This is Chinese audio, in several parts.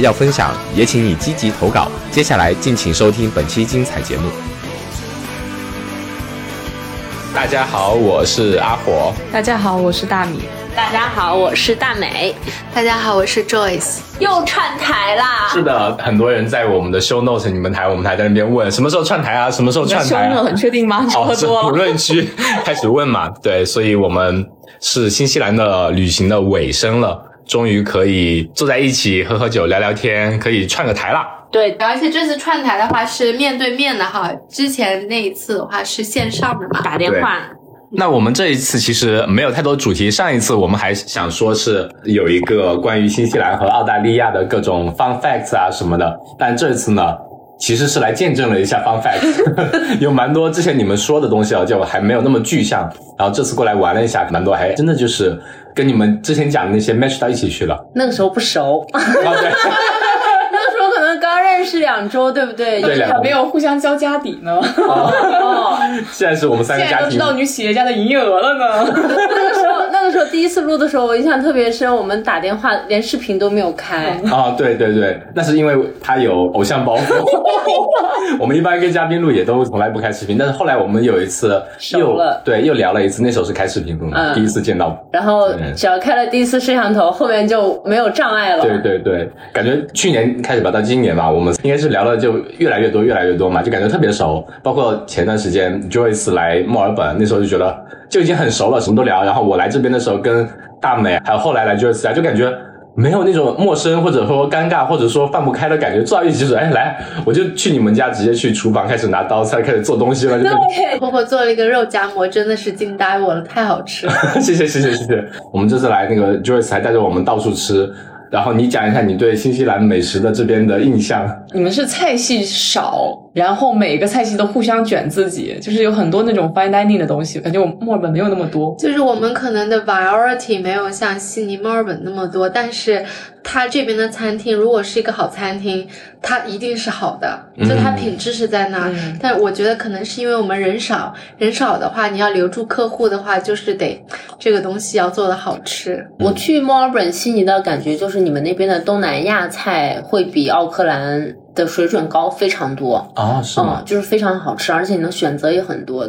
要分享，也请你积极投稿。接下来敬请收听本期精彩节目。大家好，我是阿火。大家好，我是大米。大家好，我是大美。大家好，我是 Joyce。又串台啦！是的，很多人在我们的 show notes 你们台，我们台在那边问什么时候串台啊，什么时候串台、啊？凶很确定吗？差不是多评了。论区开始问嘛， 对，所以我们是新西兰的旅行的尾声了，终于可以坐在一起喝喝酒、聊聊天，可以串个台啦。对，而且这次串台的话是面对面的哈，之前那一次的话是线上的嘛。打电话。那我们这一次其实没有太多主题，上一次我们还想说是有一个关于新西兰和澳大利亚的各种 fun facts 啊什么的，但这次呢，其实是来见证了一下 fun facts，有 蛮多之前你们说的东西啊，就还没有那么具象，然后这次过来玩了一下，蛮多还真的就是跟你们之前讲的那些 match 到一起去了。那个时候不熟，啊，对，那个时候可能刚认识两周，对不对？对两个有没 有互相交家底呢？哦，现在是我们三现个在家都知庭。道女企业家的营业额了呢。那个时候那个时候第一次录的时候，我印象特别深，我们打电话连视频都没有开。啊，对对对，那是因为他有偶像包 袱。我们一般跟嘉宾录也都从来不开视频，但是后来我们有一次熟又了对又聊了一次，那时候是开视频录的，嗯第一次见到。然后对只要开了第一次摄像头，后面就没有障碍 了。对对对，感觉去年开始吧，到今年吧，我们应该是聊的就越来越多，越来越多嘛，就感觉特别熟。包括前段时间 Joyce 来墨尔本，那时候就觉得就已经很熟了，什么都聊。然后我来这边的时候，跟大美还有后来来 Joyce 啊，就感觉没有那种陌生或者说尴尬或者说放不开的感觉，坐到一起就是哎来，我就去你们家直接去厨房开始拿刀菜开始做东西了，就对，婆婆做了一个肉夹馍，真的是惊呆我了，太好吃了。 谢谢谢谢谢谢。我们这次来那个 Joyce 还带着我们到处吃。然后你讲一下你对新西兰美食的这边的印象。你们是菜系少，然后每个菜系都互相卷自己，就是有很多那种 fine dining 的东西，感觉我们墨尔本没有那么多。就是我们可能的 variety 没有像悉尼、墨尔本那么多，但是它这边的餐厅如果是一个好餐厅，它一定是好的，嗯就它品质是在那儿。嗯但我觉得可能是因为我们人少，人少的话，你要留住客户的话，就是得这个东西要做的好吃。我去墨尔本、悉尼的感觉就是你们那边的东南亚菜会比奥克兰的水准高非常多。哦，是嗯，？就是非常好吃，而且你能选择也很多。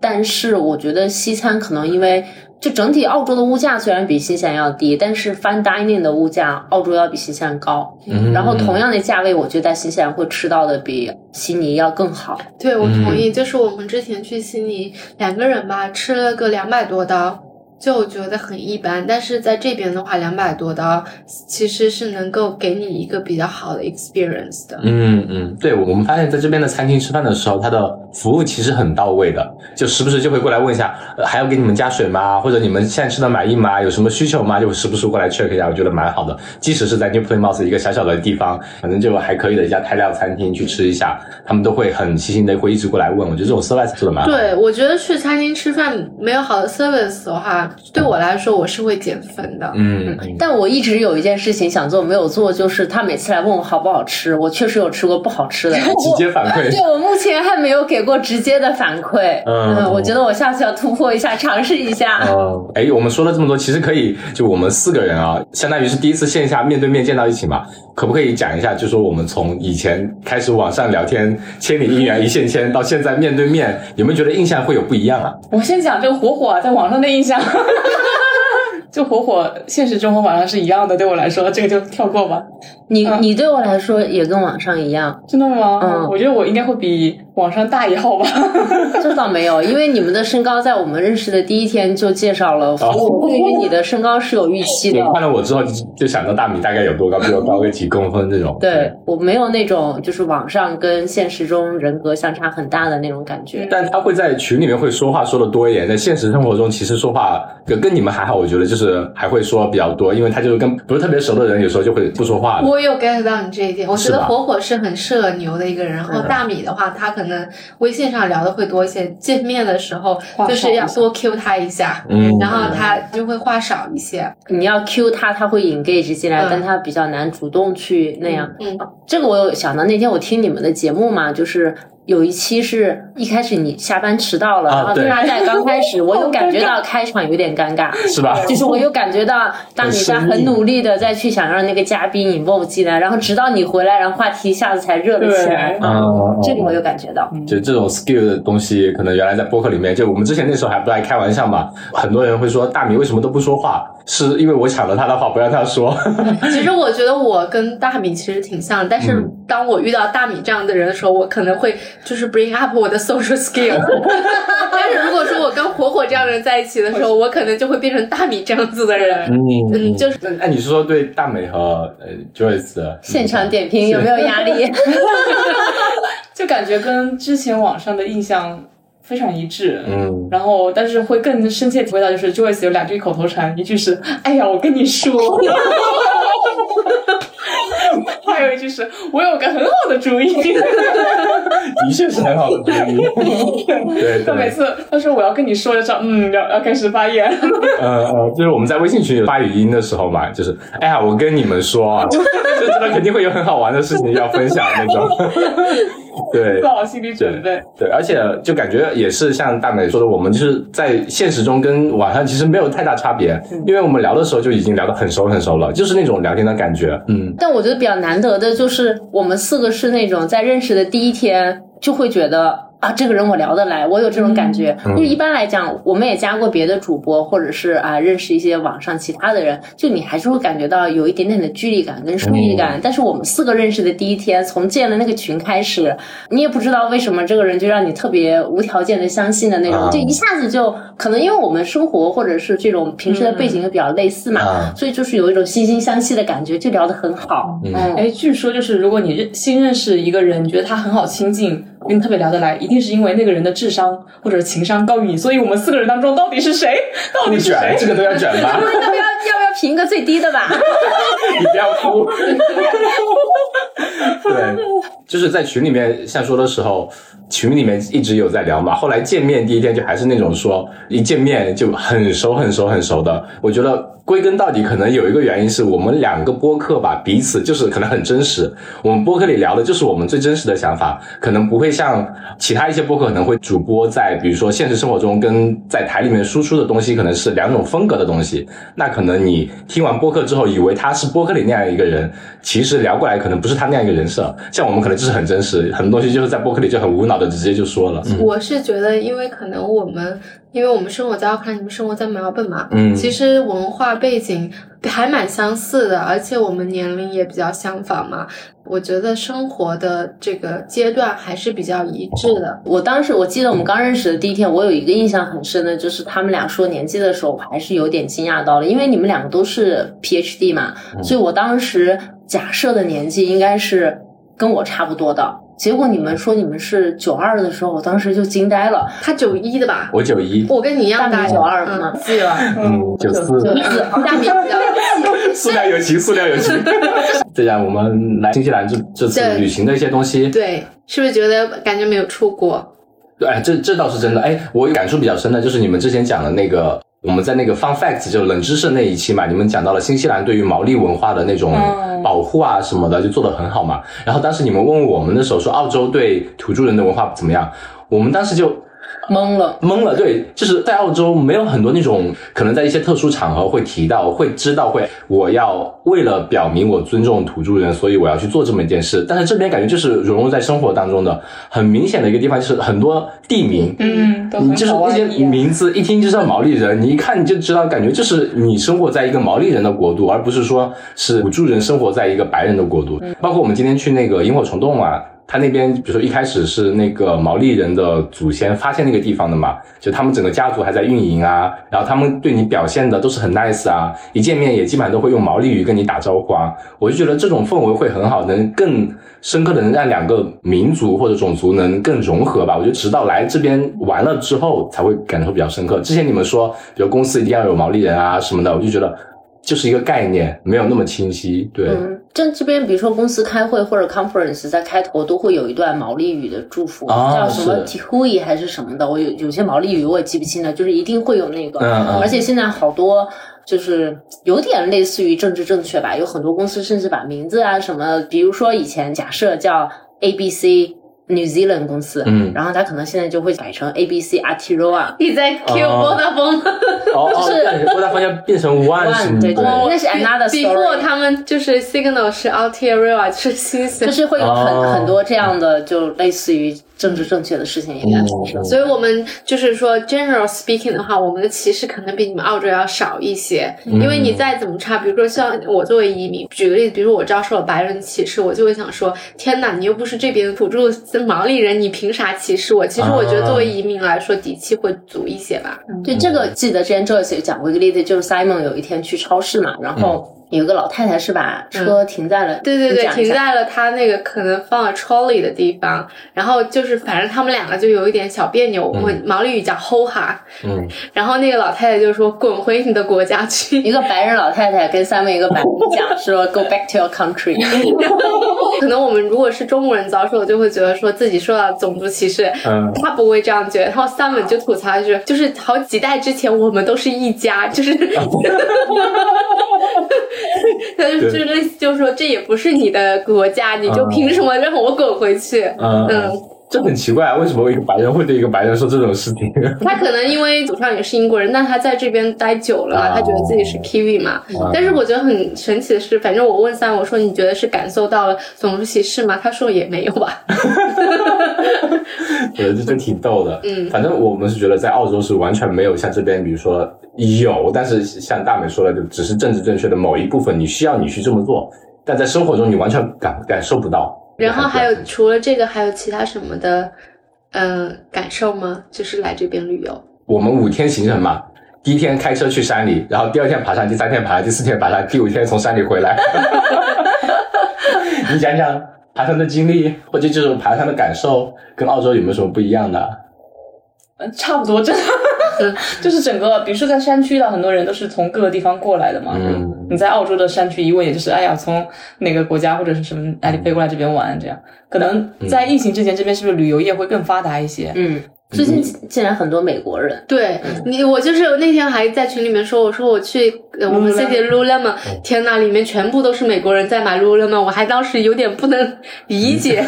但是我觉得西餐可能因为就整体澳洲的物价虽然比新西兰要低，但是 fine dining 的物价澳洲要比新西兰高，嗯然后同样的价位，我觉得在新西兰会吃到的比悉尼要更好。嗯对，我同意。就是我们之前去悉尼，两个人吧，吃了个两百多刀，就觉得很一般。但是在这边的话，两百多刀其实是能够给你一个比较好的 experience 的。嗯嗯，对，我们发现在这边的餐厅吃饭的时候，它的服务其实很到位的，就时不时就会过来问一下，呃还要给你们加水吗？或者你们现在吃的满意吗？有什么需求吗？就时不时过来 check 一下，我觉得蛮好的。即使是在 New Plymouth 一个小小的地方，反正就还可以的一家泰料餐厅去吃一下，他们都会很细心的会一直过来问。我觉得这种 service 做的蛮好。对，我觉得去餐厅吃饭没有好的 service 的话，对我来说我是会减分的。嗯，嗯，但我一直有一件事情想做没有做，就是他每次来问我好不好吃，我确实有吃过不 好吃的，直接反馈对。我目前还没有给过直接的反馈。嗯我觉得我下次要突破一下，尝试一下。哦，哎，我们说了这么多，其实可以，就我们四个人啊，相当于是第一次线下面对面见到一起嘛，可不可以讲一下，就说我们从以前开始网上聊天，千里姻缘一线牵，到现在面对面，有没有觉得印象会有不一样啊？我先讲这个火火啊在网上的印象， 就火火现实中和网上是一样的，对我来说这个就跳过吧。你嗯你对我来说也跟网上一样，真的吗？嗯我觉得我应该会比网上大一号吧。 这倒没有，因为你们的身高在我们认识的第一天就介绍了，我哦对于你的身高是有预期你的。看了我之后，就就想到大米大概有多高，比我高个几公分这种。对，我没有那种就是网上跟现实中人格相差很大的那种感嗯嗯觉。但他会在群里面会说话说的多一点，在现实生活中其实说话跟跟你们还好，我觉得就就是还会说比较多，因为他就是跟不是特别熟的人，有时候就会不说话的。我有 get 到你这一点，我觉是得吧火火是很社牛的一个人。然后嗯大米的话，他可能微信上聊的会多一些，见面的时候话就是少要一些多 Q 他一下，嗯，然后他就会话少一些。你要 Q 他，他会 engage 进来，嗯但他比较难主动去那样。啊嗯这个我有想到，那天我听你们的节目嘛，就是有一期是一开始你下班迟到了，啊然后对大在刚开始，我有感觉到开场有点尴尬。是吧？就是我有感觉到大米在很生很硬努力的再去想让那个嘉宾 involve 进来，然后直到你回来，然后话题一下子才热了起来对。嗯这个我有感觉到。就这种 skill 的东西，可能原来在播客里面，就我们之前那时候还不爱开玩笑嘛，很多人会说大米为什么都不说话，是因为我抢了他的话不让他说。 其实我觉得我跟大米其实挺像，但是嗯当我遇到大米这样的人的时候，我可能会就是 bring up 我的 social skill。但是如果说我跟火火这样的人在一起的时候，我可能就会变成大米这样子的人。嗯，就是那哎那你是说对大美和呃 Joyce 的现场点评有没有压力？就感觉跟之前网上的印象非常一致。嗯，然后，但是会更深切体会到，就是 Joyce 有两句口头禅，一句是“哎呀，我跟你 说”，还有一句是“我有个很好的主意”。的确是很好的主意。 对他每对，次他说我要跟你说，就知道嗯，要要开始发言。呃呃，就是我们在微信群里发语音的时候嘛，就是哎呀，我跟你们说啊， 就知道肯定会有很好玩的事情要分享那种。 对， 做好心理准备。对，而且就感觉也是像大美说的，我们就是在现实中跟网上其实没有太大差别，因为我们聊的时候就已经聊得很熟很熟了，就是那种聊天的感觉。嗯，但我觉得比较难得的就是，我们四个是那种在认识的第一天就会觉得啊，这个人我聊得来，我有这种感觉。嗯就是一般来讲，我们也加过别的主播，或者是啊认识一些网上其他的人，就你还是会感觉到有一点点的距离感跟疏离嗯感。但是我们四个认识的第一天，从建了那个群开始，你也不知道为什么这个人就让你特别无条件的相信的那种，啊就一下子就可能因为我们生活或者是这种平嗯时的背景也比较类似嘛，啊， 所以就是有一种惺惺相惜的感觉，就聊得很好。 嗯嗯，哎，据说就是如果你认新认识一个人，你觉得他很好亲近，跟你特别聊得来，一定是因为那个人的智商或者情商高于你。所以我们四个人当中，到底是谁？到不底是哦卷谁，？这个都要卷 吧，要不要要不要评个最低的吧？你不要哭。对，就是在群里面像说的时候，群里面一直有在聊嘛。后来见面第一天就还是那种说一见面就很熟很熟很熟的。我觉得归根到底，可能有一个原因是我们两个播客吧，彼此就是可能很真实。我们播客里聊的就是我们最真实的想法，可能不会像其他一些播客可能会主播在比如说现实生活中跟在台里面输出的东西可能是两种风格的东西。那可能你听完播客之后，以为他是播客里那样一个人，其实聊过来可能不是他那样一个人设。像我们可能就是很真实，很多东西就是在播客里就很无脑的直接就说了。我是觉得，因为可能我们，因为我们生活在奥克兰，你们生活在墨尔本嘛，嗯其实文化背景还蛮相似的，而且我们年龄也比较相仿嘛。我觉得生活的这个阶段还是比较一致的。 我当时我记得我们刚认识的第一天，我有一个印象很深的，就是他们俩说年纪的时候，我还是有点惊讶到了，因为你们两个都是 PhD 嘛，所以我当时假设的年纪应该是跟我差不多的。结果你们说你们是九二的时候，我当时就惊呆了。他九一的吧？我九一，我跟你一样大大米九二嗯嘛，记了，嗯，九四，就是大米比 较 塑料友情，塑料友情。这样，我们来新西兰这这次对旅行的一些东西， 对，是不是觉得感觉没有出国？对，哎，这这倒是真的。哎，我感触比较深的就是你们之前讲的那个，我们在那个 Fun Facts 就冷知识那一期嘛，你们讲到了新西兰对于毛利文化的那种嗯保护啊什么的，就做得很好嘛。然后当时你们问我们的时候，说澳洲对土著人的文化怎么样，我们当时就懵了。懵了，对，就是在澳洲没有很多那种可能在一些特殊场合会提到，会知道会我要为了表明我尊重土著人，所以我要去做这么一件事。但是这边感觉就是融入在生活当中的，很明显的一个地方就是很多地名。嗯，都你很就是好那些玩一样。名字一听就知道毛利人，你一看你就知道，感觉就是你生活在一个毛利人的国度，嗯而不是说是土著人生活在一个白人的国度。包括我们今天去那个萤火虫洞啊，他那边比如说一开始是那个毛利人的祖先发现那个地方的嘛，就他们整个家族还在运营啊，然后他们对你表现的都是很 nice 啊，一见面也基本上都会用毛利语跟你打招呼啊，我就觉得这种氛围会很好，能更深刻的能让两个民族或者种族能更融合吧。我觉得直到来这边玩了之后才会感受比较深刻。之前你们说，比如公司一定要有毛利人啊什么的，我就觉得就是一个概念，没有那么清晰。对，嗯，这这边比如说公司开会或者 conference 在开头都会有一段毛利语的祝福，啊叫什么是 Tihui 还是什么的，我有有些毛利语我也记不清了，就是一定会有那个，嗯嗯而且现在好多。就是有点类似于政治正确吧，有很多公司甚至把名字啊什么，比如说以前假设叫 ABC New Zealand 公司，嗯然后它可能现在就会改成 ABC Aotearoa，你在 Q 哦波大风，哦哦，让你郭大方向变成无岸型，对对，那是 another 比 story。比过他们就是 Signal 是 Altera 是新鲜就，是会有很、哦很多这样的，就类似于政治正确的事情也哦在发生。所以我们就是说 general speaking 的话，我们的歧视可能比你们澳洲要少一些，嗯因为你再怎么差，比如说像我作为移民，举个例子，比如我遭受了白人歧视，我就会想说，天哪，你又不是这边的土著毛利人，你凭啥歧视我？其啊实我觉得作为移民来说，底气会足一些吧。对这个，记得之前 Joyce 也讲过一个例子，就是 Simon 有一天去超市嘛，然后有一个老太太是把车停在了，嗯对对对你，讲一停下在了他那个可能放了 trolley 的地方，然后就是反正他们两个就有一点小别扭。我们毛利语讲 ho 哈，嗯，然后那个老太太就说滚回你的国家去。一个白人老太太跟 Simon 一个白人讲说 “Go back to your country”， 可能我们如果是中国人遭受，就会觉得说自己受到种族歧视。嗯，他不会这样觉得，然后三本就吐槽一句，就是好几代之前我们都是一家，就是，他就就是类似就是说这也不是你的国家，你就凭什么让我滚回去？嗯嗯，这很奇怪，为什么一个白人会对一个白人说这种事情？ 他可能因为祖上也是英国人，但他在这边待久了，啊他觉得自己是 Kiwi 嘛。但是我觉得很神奇的是，反正我问三，我说你觉得是感受到了种族歧视吗？他说也没有吧。对，这真挺逗的。嗯反正我们是觉得在澳洲是完全没有像这边，比如说有，但是像大美说的，就只是政治正确的某一部分，你需要你去这么做，但在生活中你完全感感受不到。然后还有除了这个，还有其他什么的，嗯、感受吗？就是来这边旅游，我们五天行程嘛，第一天开车去山里，然后第二天爬山，第三天爬山，第四天爬山，第五天从山里回来。 你讲讲爬山的经历，或者这种爬山的感受，跟澳洲有没有什么不一样的？嗯 差不多，真的就是整个，比如说在山区的很多人都是从各个地方过来的嘛。嗯你在澳洲的山区一问，也就是哎呀，从哪个国家或者是什么哪里飞过来这边玩这样。可能嗯在疫情之前，这边是不是旅游业会更发达一些？嗯，最近竟然很多美国人，对你，我就是那天还在群里面说，我说我去呃我们 city Lululemon，天哦呐，里面全部都是美国人在买 Lululemon，我还当时有点不能理解。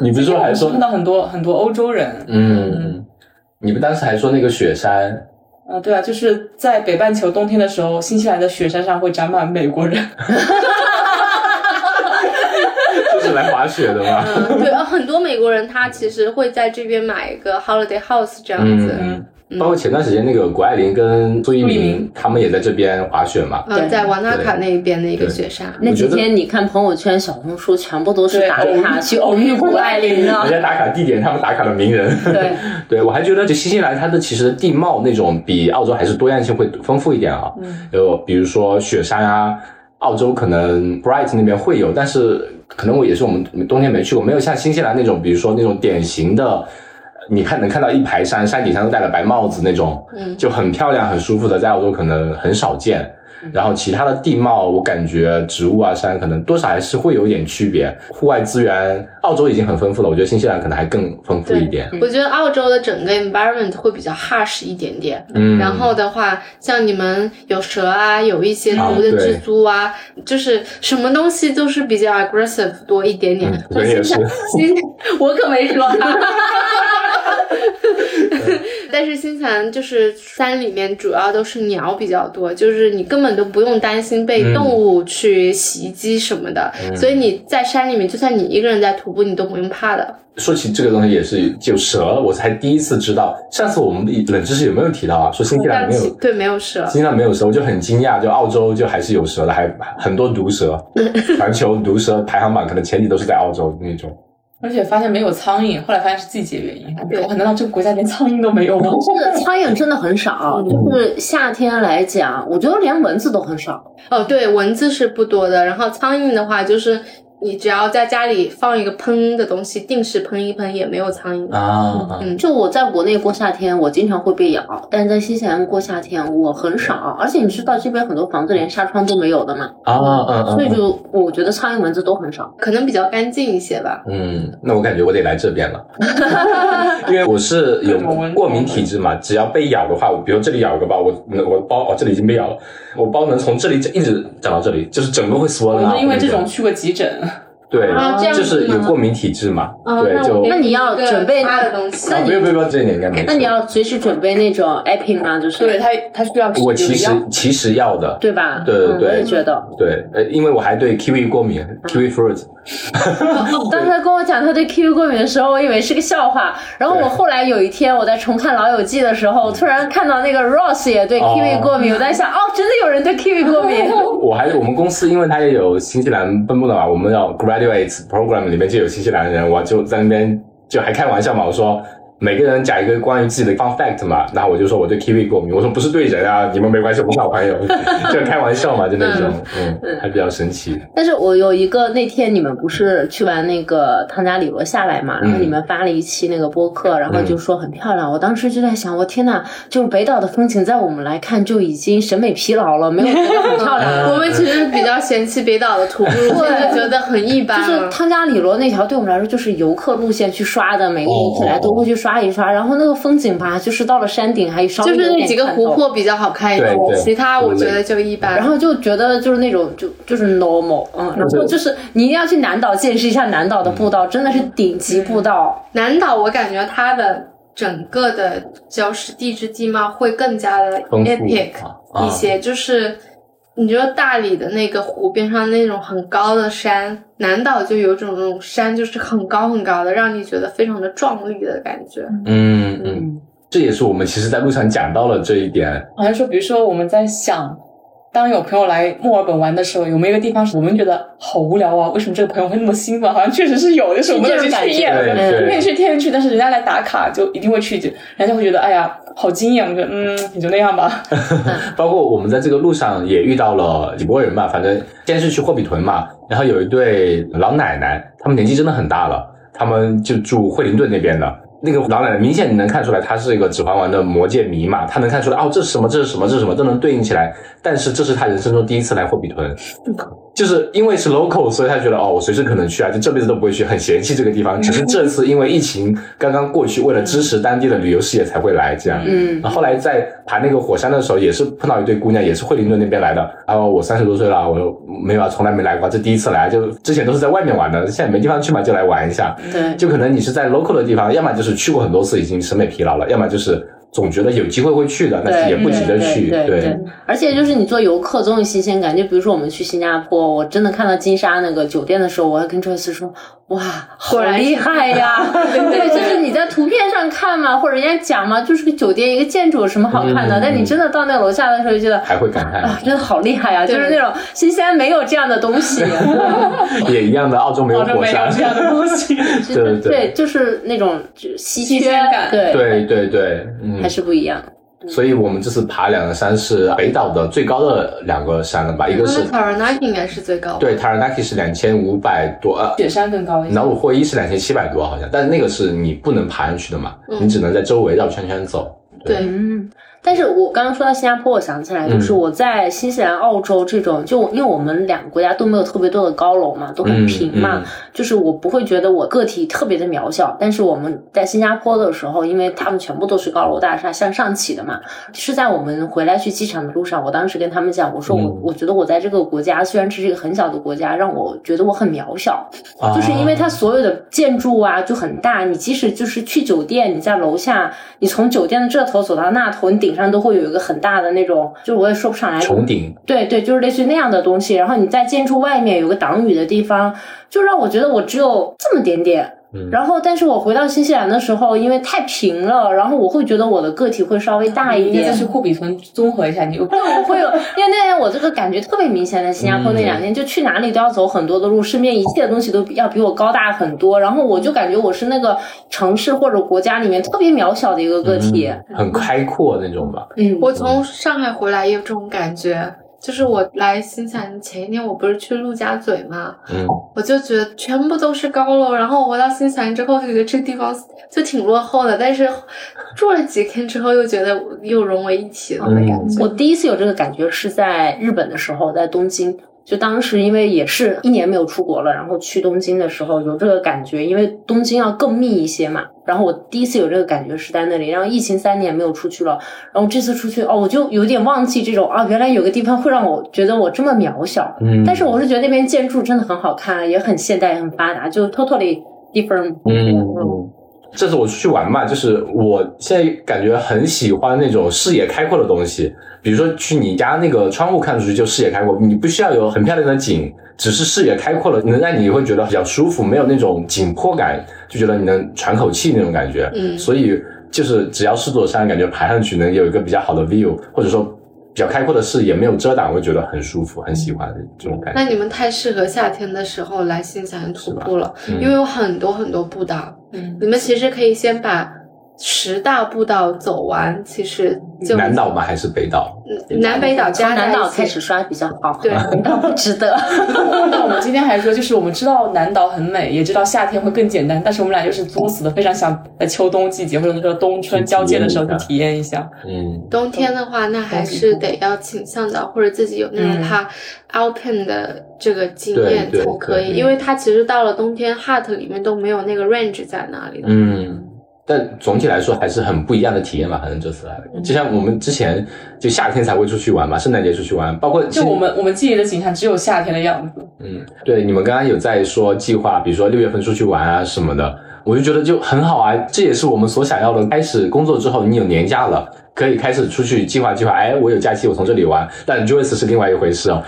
你不是说还说碰到很多很多欧洲人，嗯，你们当时还说那个雪山，啊，对啊，就是在北半球冬天的时候，新西兰的雪山上会长满美国人。 就是来滑雪的 嘛。嗯，对，呃很多美国人他其实会在这边买一个 holiday house 这样子，嗯，包括前段时间那个谷爱凌跟苏翊苏翊鸣鸣他们也在这边滑雪嘛。呃，对在瓦纳卡那边的一个对雪山。那几我觉天你看朋友圈、小红书，全部都是对打卡去偶遇谷爱凌人的，家打卡地点，他们打卡了名人。对， 对，我还觉得就新西兰它的其实地貌那种比澳洲还是多样性会丰富一点啊。嗯，有比如说雪山啊，澳洲可能 Bright 那边会有，但是可能我也是我们冬天没去过，没有像新西兰那种，比如说那种典型的，你看能看到一排山，山顶上都戴了白帽子那种，嗯就很漂亮、很舒服的，在澳洲可能很少见。嗯然后其他的地貌，我感觉植物啊、山可能多少还是会有一点区别。户外资源，澳洲已经很丰富了，我觉得新西兰可能还更丰富一点。我觉得澳洲的整个 environment 会比较 harsh 一点点，嗯，然后的话，像你们有蛇啊，有一些啊毒的对蜘蛛啊，就是什么东西都是比较 aggressive 多一点点嗯。那人也新西兰，新我可没说， 但是新西兰就是山里面主要都是鸟比较多，就是你根本都不用担心嗯被动物去袭击什么的，所以你在山里面，就算你一个人在徒步，你都不用怕的。说起这个东西也是，就蛇，我才第一次知道。上次我们冷知识有没有提到啊？说新西兰没有，但其对，没有蛇。新西兰没有蛇，我就很惊讶。就澳洲就还是有蛇的，还很多毒蛇，全球毒蛇排行榜可能前几都是在澳洲那种。而且发现没有苍蝇，后来发现是季节原因。对哇，难道这个国家连苍蝇都没有吗？ 这个苍蝇真的很少，就是夏天来讲，我觉得连蚊子都很少。哦，对，蚊子是不多的。然后苍蝇的话，就是你只要在家里放一个喷的东西，定时喷一喷，也没有苍蝇。啊嗯就我在国内过夏天，我经常会被咬，但是在新西兰过夏天我很少。而且你知道这边很多房子连纱窗都没有的嘛，啊嗯所以就我觉得苍蝇蚊子都很少。可能比较干净一些吧。嗯，那我感觉我得来这边了，因为我是有过敏体质嘛，只要被咬的话，我比如这里咬一个包，我我包哦这里已经被咬了，我包能从这里一直长到这里，就是整个会我 swell 们啊。因为这种去过急诊，对，啊这样子就是吗有过敏体质嘛，啊对，那就我给那你要一个准备擦的东西。那啊你不用不用不用，这一点应该没事。那你要随时准备那种 a p i n 啊，就是对他他需要我有其实药其实要的，对吧？对对嗯对我也觉得。对，呃，因为我还对 kiwi 过敏，kiwi fruit，当时他跟我讲他对 Q 过敏的时候，我以为是个笑话。然后对我后来有一天我在重看《老友记》的时候，突然看到那个 Ross 也对哦 Kiwi 过敏，我在想，哦，真的有人对 Kiwi 过 敏。我还我们公司因为它也有新西兰分部的嘛，我们要 graduates program 里面就有新西兰人，我就在那边就还开玩笑嘛，我说。每个人讲一个关于自己的 fun fact 嘛，然后我就说我对 kiwi 过敏，我说不是对人啊，你们没关系，我们是好朋友， 就开玩笑嘛，就那种，嗯，还比较神奇。但是我有一个那天你们不是去完那个汤加里罗下来嘛，然后嗯你们发了一期那个播客，然后就说很漂亮。我当时就在想，我天呐，就是北岛的风景在我们来看就已经审美疲劳了，没有觉得很 漂亮。嗯我们其实比较嫌弃北岛的 徒步路线，对就觉得很一般啊就是了。汤加里罗那条对我们来说就是游客路线去刷的，每个人起哦来都会去刷一刷。然后那个风景吧，就是到了山顶还稍微就有是点那几个看头湖，泊比较好看一点对，对其他我觉得就一般。然后就觉得就是那种就就是 normal，嗯，然后就是你一定要去南岛见识一下南岛的步道，真的是顶级步道。南岛，我感觉它的整个的就是地质地貌会更加的丰富 epic 啊一些，就是你觉得大理的那个湖边上那种很高的山，南岛就有种那种山就是很高很高的，让你觉得非常的壮丽的感觉。嗯嗯，这也是我们其实在路上讲到了这一点，好像说，比如说我们在想，当有朋友来墨尔本玩的时候，有没有一个地方是我们觉得好无聊啊？为什么这个朋友会那么兴奋？好像确实是有，就是我们有去去厌对了。对因为去天天去，但是人家来打卡就一定会去，人家会觉得哎呀好惊艳，我觉得嗯也就那样吧。包括我们在这个路上也遇到了几波人吧，反正先是去霍比屯嘛，然后有一对老奶奶，他们年纪真的很大了，他们就住惠灵顿那边的。那个老奶奶明显你能看出来，她是一个《指环王》的魔界迷嘛，她能看出来哦，这是什么，这是什么，这是什么，都能对应起来。但是这是她人生中第一次来霍比屯， 就是因为是 local，所以她觉得哦，我随时可能去啊，就这辈子都不会去，很嫌弃这个地方。只是这次因为疫情刚刚过去，为了支持当地的旅游事业才会来这样。嗯，然后后来在爬那个火山的时候，也是碰到一对姑娘，也是惠灵顿那边来的。然后我三十多岁了，我没有啊，从来没来过，这第一次来，就之前都是在外面玩的，现在没地方去嘛，就来玩一下。嗯对，就可能你是在 local 的地方，要么就是去过很多次，已经审美疲劳了，要么就是总觉得有机会会去的，但是也不急着去。对对对，而且就是你做游客总有新鲜感。就比如说我们去新加坡，我真的看到金沙那个酒店的时候，我还跟 Joyce 说：“哇，好果然是厉害呀！”对，就是你在图片上看嘛，或者人家讲嘛，就是个酒店一个建筑有什么好看嗯的？但你真的到那个楼下的时候，就觉得还会感啊， 叹，真的好厉害呀！就是那种新西兰没有这样的东 西。也一样的，澳洲没有澳洲火没有山。这样的东 西。对对对，就是那种就稀新缺鲜感对，对对对，嗯还，是不一样。所以我们这次爬两个山是北岛的最高的两个山了吧？一那个是 Taranaki 应该是最高的，对 Taranaki 是两千五百多，呃，雪山更高嗯一些南，武霍伊是两千七百多，好像，但是那个是你不能爬上去的嘛，嗯你只能在周围绕圈圈走。对嗯，但是我刚刚说到新加坡，我想起来就是嗯我在新西兰、澳洲这种，就因为我们两个国家都没有特别多的高楼嘛，都很平嘛，嗯就是我不会觉得我个体特别的渺小。但是我们在新加坡的时候，因为他们全部都是高楼大厦向上起的嘛，是在我们回来去机场的路上，我当时跟他们讲，我说我、嗯我觉得我在这个国家虽然这是一个很小的国家，让我觉得我很渺小，啊哦就是因为它所有的建筑啊就很大，你即使就是去酒店，你在楼下，你从酒店的这头走到那头，你顶上都会有一个很大的那种，就是我也说不上来，啊重顶，对对，就是类似于那样的东西。然后你在建筑外面有个挡雨的地方，就让我觉得我只有这么点点。嗯然后，但是我回到新西兰的时候，因为太平了，然后我会觉得我的个体会稍微大一你应点该再。去库比屯综合一下，你就我会有，因为那天我这个感觉特别明显，在新加坡那两天，就去哪里都要走很多的路，身边一切东西都比要比我高大很多，然后我就感觉我是那个城市或者国家里面特别渺小的一个个体。嗯很开阔那种吧。嗯，我从上海回来也有这种感觉，就是我来新西兰前一天，我不是去陆家嘴嘛，嗯，哦我就觉得全部都是高楼，然后我回到新西兰之后就觉得这个地方就挺落后的，但是住了几天之后又觉得又融为一体嗯了的感觉。我第一次有这个感觉是在日本的时候，在东京。就当时因为也是一年没有出国了，然后去东京的时候有这个感觉，因为东京要更密一些嘛。然后我第一次有这个感觉是在那里，然后疫情三年没有出去了，然后这次出去哦，我就有点忘记这种啊，原来有个地方会让我觉得我这么渺小。嗯，但是我是觉得那边建筑真的很好看，也很现代，也很发达，就 totally different。嗯，这次我出去玩嘛，就是我现在感觉很喜欢那种视野开阔的东西，比如说去你家那个窗户看出去就视野开阔，你不需要有很漂亮的景，只是视野开阔了，能让你会觉得比较舒服，没有那种紧迫感，就觉得你能喘口气那种感觉。嗯所以就是只要是座山，感觉爬上去能有一个比较好的 view，或者说比较开阔的视野，没有遮挡，我觉得很舒服，很喜欢这种感觉。那你们太适合夏天的时候来新西兰徒步了，嗯因为有很多很多步道，嗯，你们其实可以先把十大步道走完，其实嗯就南岛吗？还是北岛？嗯南北岛加从南在一岛起开始刷比较好， 对南岛不值得。那我们今天还说，就是我们知道南岛很美，也知道夏天会更简单，但是我们俩就是作死的，非常想在秋冬季节或者说冬春交界的时候去体验一 下。嗯。冬天的话，那还是得要请向导或者自己有那种嗯怕 Alpine 的这个经验对对才可以，对因为它其实到了冬天，hut 里面都没有那个 range 在那里的。嗯，但总体来说还是很不一样的体验吧。反正这次来，嗯就像我们之前就夏天才会出去玩嘛，圣诞节出去玩，包括就我们我们记忆的景象只有夏天的样子。嗯，对，你们刚刚有在说计划，比如说六月份出去玩啊什么的，我就觉得就很好啊，这也是我们所想要的。开始工作之后，你有年假了。可以开始出去计划计划，哎，我有假期，我从这里玩。但 Joyce 是另外一回事哦，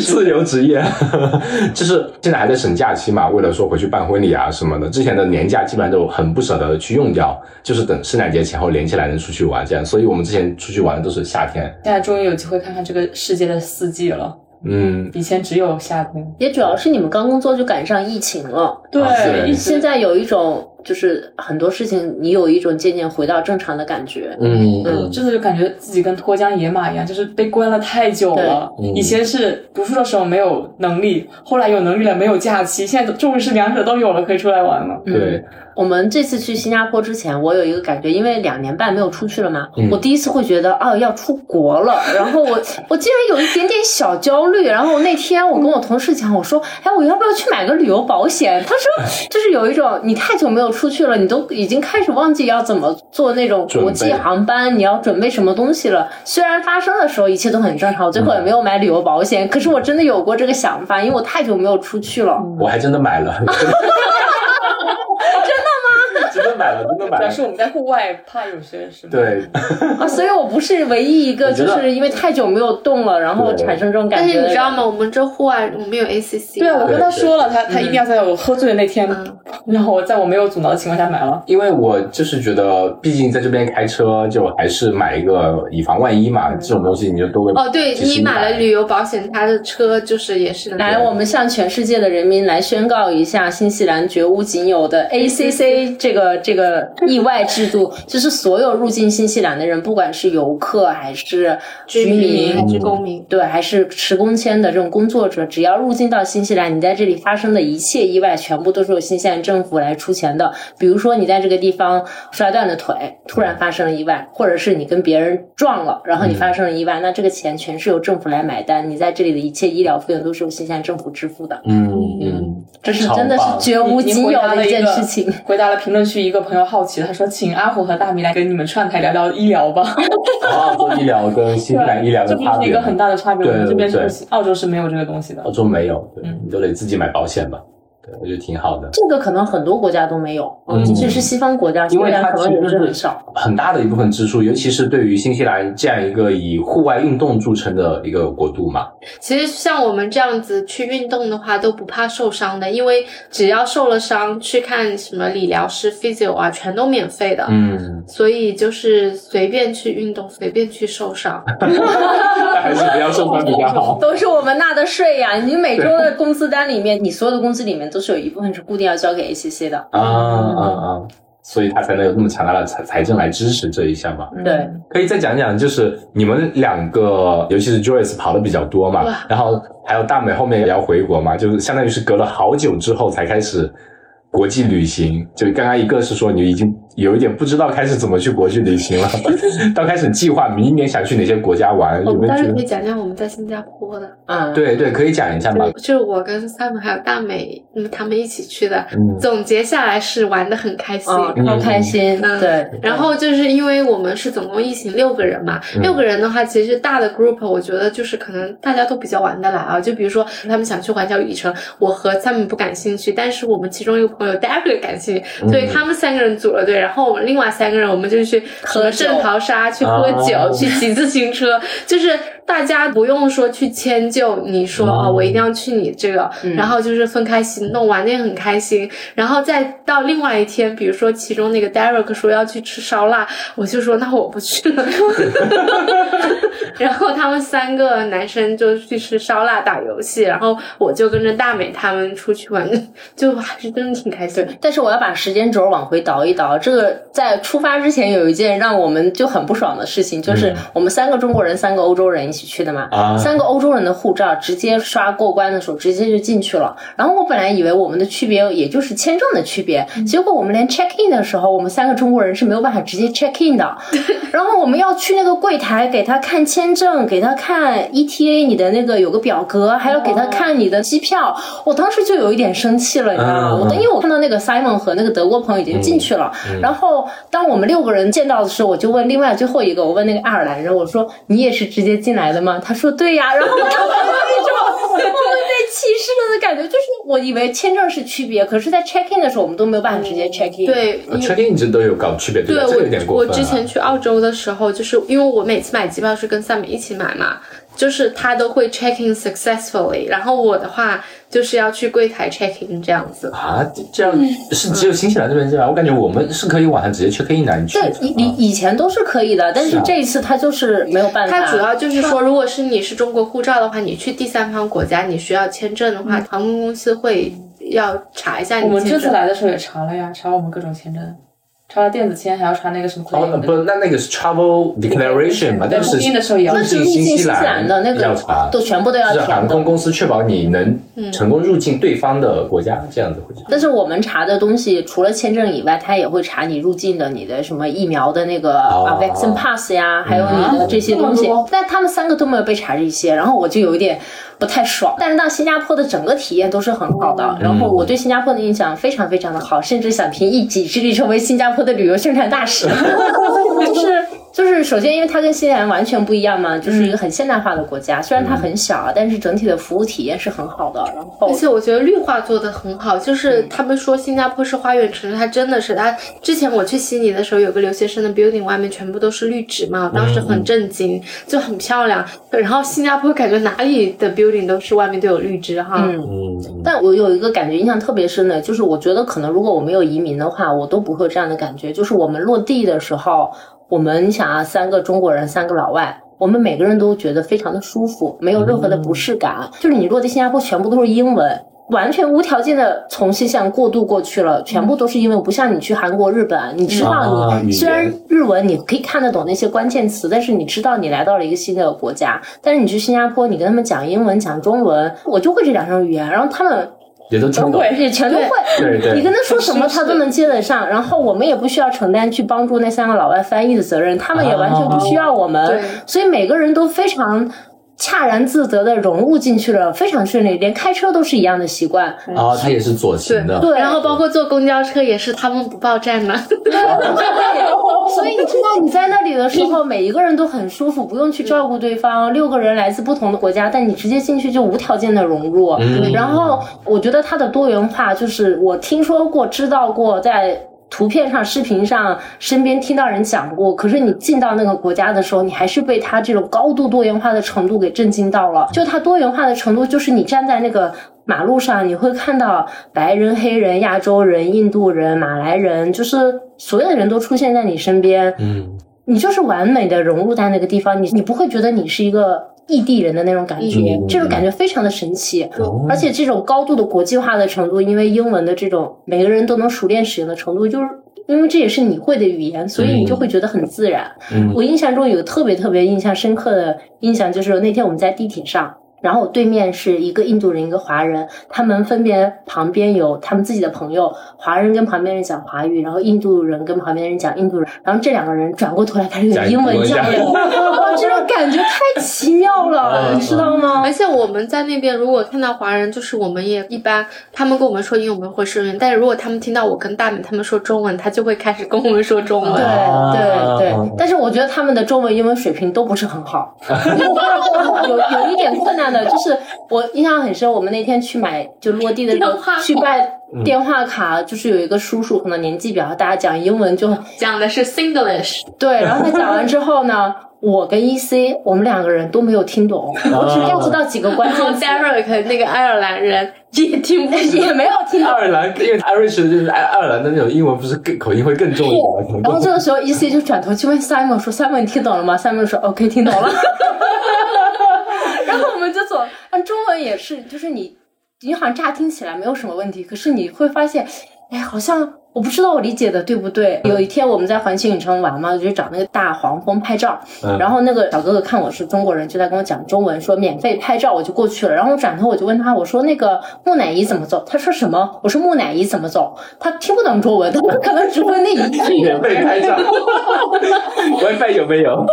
自由职业， 就是现在还在省假期嘛，为了说回去办婚礼啊什么的，之前的年假基本上都很不舍得去用掉，就是等圣诞节前后连起来能出去玩这样。所以我们之前出去玩都是夏天，现在终于有机会看看这个世界的四季了，嗯，以前只有夏天。也主要是你们刚工作就赶上疫情了，啊对一直现在有一种就是很多事情，你有一种渐渐回到正常的感觉。嗯嗯，真的就感觉自己跟脱缰野马一样，就是被关了太久了。对嗯以前是读书的时候没有能力，后来有能力了没有假期，现在终于是两者都有了，可以出来玩了。对，我们这次去新加坡之前，我有一个感觉，因为两年半没有出去了嘛，嗯我第一次会觉得啊要出国了，然后我我竟然有一点点小焦虑。然后那天我跟我同事讲，我说哎我要不要去买个旅游保险？他 说就是有一种你太久没有出去了，你都已经开始忘记要怎么做那种国际准备航班，你要准备什么东西了。虽然发生的时候一切都很正常，我最后也嗯没有买旅游保险，可是我真的有过这个想法，因为我太久没有出去了。我还真的买了，真的吗？真的买了，真的买主要了。是我们在户外，怕有些什么。，对，啊，所以我不是唯一一个，我觉就得是因为太久没有动了，然后对产生这种感但觉是的人。你知道吗？我们这户外我们有 ACC，对啊，我的跟他说了，他他一定要在我喝醉的那天 嗯，然后我在我没有阻挠的情况下买了。因为我就是觉得，毕竟在这边开车，就还是买一个以防万一嘛。这种东西你就都会哦，对及时你买了旅游保险，他的车就是也是来，我 们向全世界的人民来宣告一下，新西兰绝无仅有的 ACC 这个这个意外制度，就是所有入境新西兰的人，不管是游客还是居民，还是公民，对，还是持工签的这种工作者，只要入境到新西兰，你在这里发生的一切意外，全部都是由新西兰政府来出钱的。比如说，你在这个地方摔断了腿，突嗯然发生了意外，或者是你跟别人撞了，然后你发生了意外，那这个钱全是由政府来买单。你在这里的一切医疗费用都是由新西兰政府支付的，嗯 嗯，这是超真的是棒绝嗯无你仅回有答了的一件个事情。 回答了评论区一个朋友好奇的，他说：“请阿虎和大米来跟你们串台聊聊医疗吧。澳哦洲医疗跟新西兰医疗的这不差是一别个很吗，大的差别，我们对这边对哦是澳洲是没有这个东西的澳。洲没有，对嗯你都得自己买保险吧，对，我觉得挺好的。这个可能很多国家都没有，嗯即使是西方国家，新因西为它兰可能也其实是是很少。很大的一部分支出，尤其是对于新西兰这样一个以户外运动著称的一个国度嘛，其实像我们这样子去运动的话，都不怕受伤的，因为只要受了伤，去看什么理疗师、physio 啊，全都免费的。 嗯，所以就是随便去运动，随便去受伤。但还是不要受伤比较好。都是我们纳的税呀、你每周的工资单里面，你所有的工资里面都是有一部分是固定要交给 ACC 的。啊啊啊！所以他才能有那么强大的财财政来支持这一项嗯嘛。对，可以再讲讲，就是你们两个，尤其是 Joyce 跑的比较多嘛哇，然后还有大美后面也要回国嘛，就是相当于是隔了好久之后才开始国际旅行。就刚刚一个是说你已经有一点不知道开始怎么去国际旅行 了，到开始计划明年想去哪些国家玩，我你们们待觉会可得以？讲讲我们在新加坡的，嗯，对对，可以讲一下嘛就。就是我跟 Sam 还有大美，嗯，他们一起去的。嗯总结下来是玩的很开心。嗯，超开心。嗯对，然后就是因为我们是总共一行六个人嘛，嗯六个人的话，其实大的 group 我觉得就是可能大家都比较玩得来啊。就比如说他们想去环球影城，我和他们不感兴趣，但是我们其中一个朋友 David 感兴嗯趣，所以他们三个人组了队，然后我们另外三个人我们就去什么喝酒圣淘沙去喝啊酒，去 骑自行车，就是大家不用说去迁就，你说嗯啊、我一定要去你这个，嗯然后就是分开行动，玩的也很开心。然后再到另外一天，比如说其中那个 Derek 说要去吃烧腊，我就说那我不去了。 然后他们三个男生就去吃烧腊打游戏，然后我就跟着大美他们出去玩，就还是真的挺开心的。但是我要把时间轴往回倒一倒，这个在出发之前有一件让我们就很不爽的事情，就是嗯我们三个中国人、三个欧洲人一起去的嘛，啊，三个欧洲人的护照直接刷过关的时候，直接就进去了。然后我本来以为我们的区别也就是签证的区别，结果我们连 check in 的时候，我们三个中国人是没有办法直接 check in 的。然后我们要去那个柜台给他看签证，给他看 ETA 你的那个有个表格，还要给他看你的机票。我当时就有一点生气了，你知道吗？嗯我因为我看到那个 Simon 和那个德国朋友已经进去了，然后当我们六个人见到的时候，我就问另外最后一个，我问那个爱尔兰人，我说你也是直接进来的吗？他说对 呀，然后我就有一种我们被歧视了的感觉，就是我以为签证是区别，可是在 check in 的时候我们都没有办法嗯直接 check in。，对，因为 c h e c k i 一直都有搞区别，对吧？这个有点我过我分了。之前去澳洲的时候，就是因为我每次买机票是跟 Sam 一起买嘛，就是他都会 check in successfully，然后我的话就是要去柜台 check in 这样子。啊，这这嗯样是只有新西兰这边是吧？我感觉我们是可以晚上直接 check in 的，啊你去这以以以前都是可以的，但是是啊这一次他就是没有办法。他主要就是说，如果是你是中国护照的话，你去第三方国家，你需要签证的话，航空公司会要查一下我你们这签次证。来的时候也查了呀，查我们各种签证，查了电子签，还要查那个什么哦，那 claim 不，那那个是 travel declaration 嘛，对但是入境的时候也要入那是境入境新新西西兰的那要个查，都全部都要是航填的嗯空。公司确保你能成功入境对方的国家，这样子会。但是我们查的东西，除了签证以外，他也会查你入境的、你的什么疫苗的那个啊哦 vaccine pass 呀，还有你的这些东嗯这西么多。但他们三个都没有被查这些，然后我就有一点不太爽。但是到新加坡的整个体验都是很好的，然后我对新加坡的印象非常非常的好，甚至想凭一己之力成为新加坡的旅游宣传大使。 就是就是，首先因为它跟新西兰完全不一样嘛，就是一个很现代化的国家，虽然它很小，啊但是整体的服务体验是很好的。然后而且我觉得绿化做的很好，就是嗯他们说新加坡是花园城市，它真的是。它之前我去悉尼的时候，有个留学生的 building 外面全部都是绿植嘛，我当时嗯很震惊，就很漂亮。然后新加坡感觉哪里的 building 都是外面都有绿植哈。嗯嗯，但我有一个感觉印象特别深的，就是我觉得可能如果我没有移民的话，我都不会有这样的感觉。就是我们落地的时候，我们你想啊，三个中国人，三个老外。我们啊每个人都觉得非常的舒服，没有任何的不适感。就是你落地新加坡，全部都是英文，完全无条件的从西餐过渡过去了，全部都是因为不像你去韩国、日本，你知道啊你、语虽然言日文你可以看得懂那些关键词，但是你知道你来到了一个新的国家，但是你去新加坡，你跟他们讲英文、讲中文，我就会这两种语言，然后他们也都听都懂，会也全都会。对对你跟他说什么，是是他都能接得上。然后我们也不需要承担去帮助那三个老外翻译的责任，他们也完全不需要我们。对所以每个人都非常恰然自得的融入进去了，非常顺利，连开车都是一样的习惯。啊，他也是左行的，对，然后包括坐公交车也是，他们不报站呢。所以你知道你在那里的时候，每一个人都很舒服，不用去照顾对方。六个人来自不同的国家，但你直接进去就无条件的融入。嗯然后我觉得它的多元化，就是我听说过、知道过，在图片上、视频上，身边听到人讲过。可是你进到那个国家的时候，你还是被它这种高度多元化的程度给震惊到了。就它多元化的程度，就是你站在那个。马路上你会看到白人、黑人、亚洲人、印度人、马来人，就是所有的人都出现在你身边。嗯，你就是完美的融入在那个地方，你你不会觉得你是一个异地人的那种感觉，嗯这种感觉非常的神奇。哦而且这种高度的国际化的程度，因为英文的这种每个人都能熟练使用的程度，就是因为这也是你会的语言，所以你就会觉得很自然。嗯我印象中有特别特别印象深刻的印象，就是那天我们在地铁上，然后我对面是一个印度人，一个华人，他们分别旁边有他们自己的朋友，华人跟旁边人讲华语，然后印度人跟旁边人讲印度人，然后这两个人转过头来开始有讲英文英文交流，哇，这种感觉太奇妙了，嗯你知道吗 而？且我们在那边，如果看到华人，就是我们也一般，他们跟我们说英文我们会顺应，但是如果他们听到我跟大美他们说中文，他就会开始跟我们说中文。对对啊对，但是我觉得他们的中文、英文水平都不是很好，有有一点困难的，就是我印象很深，我们那天去买就落地的时候电话卡去办电话卡，就是有一个叔叔可能年纪比较大，讲英文就讲的是 Singlish，对，然后他讲完之后呢。我跟 E C，我们两个人都没有听懂，我只 get 到几个关然后 键词， Derek 那个爱尔兰人也听不懂。也没有听爱懂。尔兰，因为 Irish 就是爱爱尔兰的那种英文，不是更口音会更重一点吗？然后这个时候，E C 就转头去问 Simon 说：“Simon，你听懂了吗？”Simon 说：“OK，听懂了。”然后我们就走。按中文也是，就是你，你好像乍听起来没有什么问题，可是你会发现，哎，好像我不知道我理解的对不对。有一天我们在环球影城玩嘛，我就找那个大黄蜂拍照，嗯然后那个小哥哥看我是中国人，就在跟我讲中文，说免费拍照，我就过去了。然后我转头我就问他，我说那个木乃伊怎么走？他说什么？我说木乃伊怎么走？他听不懂中文，他可能只会那一 句。免费拍 照，WiFi 有没有？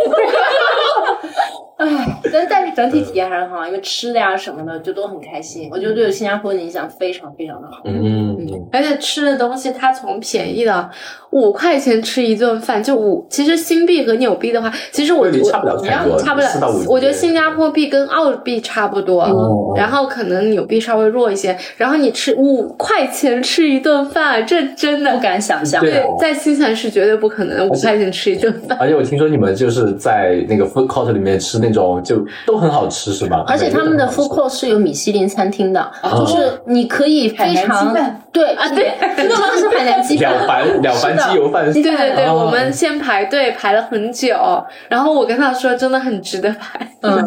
唉，但但是整体体验还是很好，因为吃的呀、什么的就都很开心。我觉得对新加坡的影响非常非常的好。嗯，而且吃的东西，它从便宜的五块钱吃一顿饭，就五。其实新币和纽币的话，其实我汇率我差不了太多我差不了4到5。我觉得新加坡币跟澳币差不多，哦然后可能纽币稍微弱一些。然后你吃五块钱吃一顿饭，这真不的敢想象，对啊对，在新西兰是绝对不可能的五块钱吃一顿饭。而且我听说你们就是在那个 food court 里面吃那种就都很好吃是吧？而且他们的 food 复 court 是有米其林餐厅的，就是你可以非常海南鸡饭对啊对，真的是海南鸡两饭，盘两盘是的鸡油饭， 对对对对，哦我们先排队排了很久，然后我跟他说真的很值得排。嗯，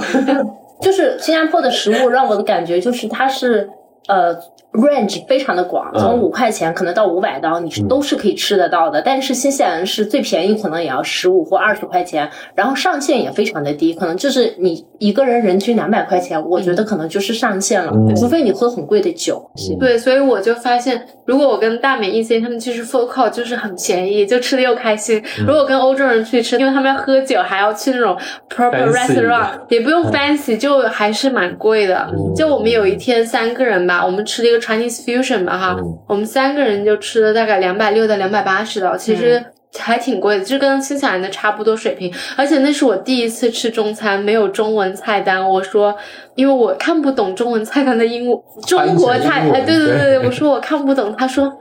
就是新加坡的食物让我的感觉就是它是呃 range 非常的广，嗯从五块钱可能到五百刀，你是都是可以吃得到的。但是新西兰是最便宜，可能也要十五或二十块钱，然后上限也非常的低，可能就是你一个人人均两百块钱，我觉得可能就是上限了，嗯除非你喝很贵的酒。嗯对，所以我就发现，如果我跟大美、一些他们去吃 food court，就是很便宜，就吃的又开心。嗯如果跟欧洲人去吃，因为他们要喝酒，还要去那种 Fancy proper 嗯 restaurant，也不用 fancy，就还是蛮贵的。哦就我们有一天三个人吧，我们吃了一个 Chinese fusion 吧，哈，嗯我们三个人就吃了大概两百六到两百八十刀，其实。嗯还挺贵的，就跟新西兰的差不多水平。而且那是我第一次吃中餐，没有中文菜单。我说，因为我看不懂中文菜单的英文，中国菜翻，译成英文哎，对对对对，我说我看不懂。他说，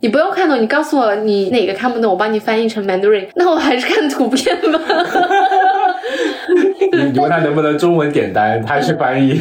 你不用看懂，你告诉我你哪个看不懂，我帮你翻译成 Mandarin。那我还是看图片吧。你你问他能不能中文点单，他去翻译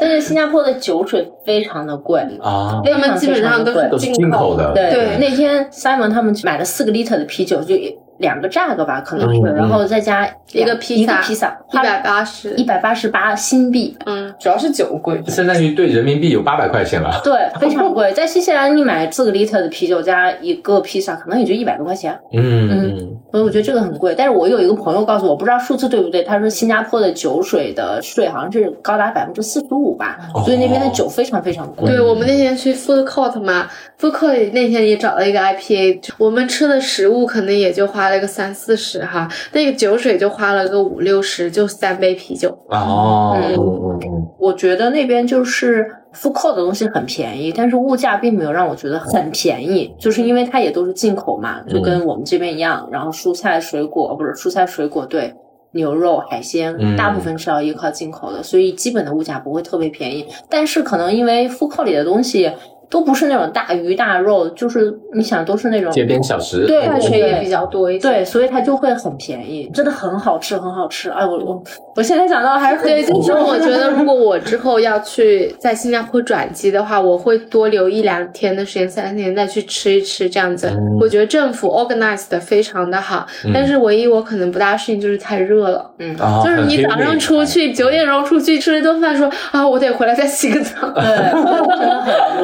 但是新加坡的酒水非常的贵，啊，非他们常基本非常上的都贵是都是进口的，对，对那天 Simon 他们买了四个 liter 的啤酒，就一两个 jug 吧，可能会，嗯嗯然后再加一个两披萨一个披萨，一百八十一，百八十八新币，嗯，主要是酒贵，相当于对人民币有八百块钱了。对，非常贵。在新西兰，你买四个 liter 的啤酒加一个披萨，可能也就一百多块钱，嗯嗯嗯，所以我觉得这个很贵。但是我有一个朋友告诉我，不知道数字对不对，他说新加坡的酒水的税好像是高达百分之四十五吧，哦所以那边的酒非常非常贵。对我们那天去 food court 嘛，food court 那天也找了一个 IPA，我们吃的食物可能也就花了个三四十哈，那个酒水就花了个五六十，就三杯啤酒。哦，嗯嗯嗯我觉得那边就是复扣的东西很便宜，但是物价并没有让我觉得很便宜，就是因为它也都是进口嘛，就嗯跟我们这边一样。然后蔬菜水果哦不是蔬菜水果对。牛肉、海鲜嗯，大部分是要依靠进口的，所以基本的物价不会特别便宜。但是可能因为复扣里的东西都不是那种大鱼大肉，就是你想都是那种嗯，街边小吃，对碳对水对也比较多一些。对，所以它就会很便宜，真的很好吃，很好吃。哎，我我我现在想到还是很对，就心是动我觉得，如果我之后要去在新加坡转机的话，我会多留一两天的时间，三天再去吃一吃这样子。嗯我觉得政府 organize 的非常的好，嗯但是唯一我可能不大适应就是太热了，嗯，啊哦，就是你很啊早上出 heavy 去九点钟出去吃一顿饭说，啊，我得回来再洗个澡。对，真的很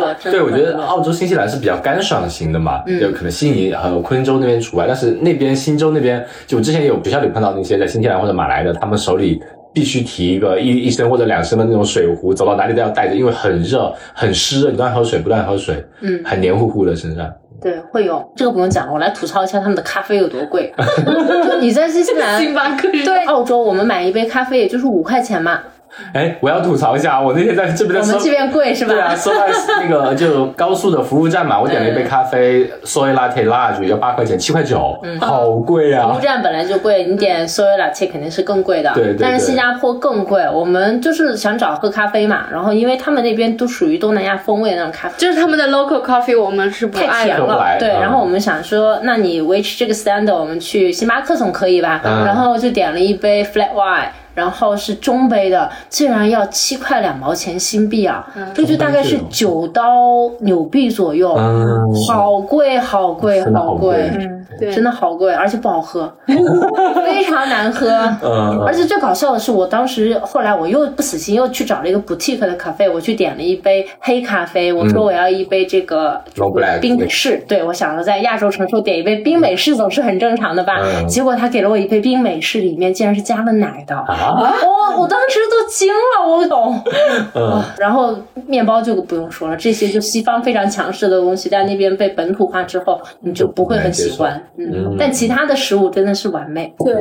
热，真的对，我觉很得热澳洲、新西兰是比较干爽型的嘛，嗯就可能悉尼和昆州那边除外，但是那边新州那边，就我之前有学校里碰到那些在新西兰或者马来的，他们手里必须提一个一一升或者两升的那种水壶，走到哪里都要带着，因为很热、很湿热，你不断喝水，不断喝水，嗯很黏糊糊的身上。对，会有这个不用讲了，我来吐槽一下他们的咖啡有多 贵。就你在新西兰、星巴克对澳洲，我们买一杯咖啡也就是五块 钱嘛，哎，我要吐槽一下，我那天在这边我在们搜这边贵是吧？对啊 s o l a 那个就高速的服务站嘛，我点了一杯咖啡 s o y latte large 要八块钱，七块九，嗯好贵服啊务！站本来就贵，你点 soy latte 肯定是更贵的。对对对但是新加坡更贵，我们就是想找喝咖啡嘛，然后因为他们那边都属于东南亚风味的那种咖啡。就是他们的 local coffee，我们是不太爱甜的。不来了，对。嗯然后我们想说，那你维持这个 stand，我们去星巴克总可以吧？嗯然后就点了一杯 flat white，然后是中杯的，竟然要七块两毛钱新币啊！这就大概是中杯九刀纽币左右，嗯，好贵，好贵，真的好贵贵，对真的好贵，而且不 好喝，非常难喝。嗯， 而且最搞笑的是，我当时后来我又不死心，又去找了一个 boutique 的咖啡，我去点了一杯黑咖啡，嗯我说我要一杯这个 Long Black 冰美式。对，我想着在亚洲城市点一杯冰美式总是很正常的吧。嗯结果他给了我一杯冰美式，里面竟然是加了奶的。啊，哦，我当时都惊了，我懂。嗯啊然后面包就不用说了，这些就西方非常强势的东西，在那边被本土化之后，你就不会很喜欢。嗯嗯，但其他的食物真的是完美。对，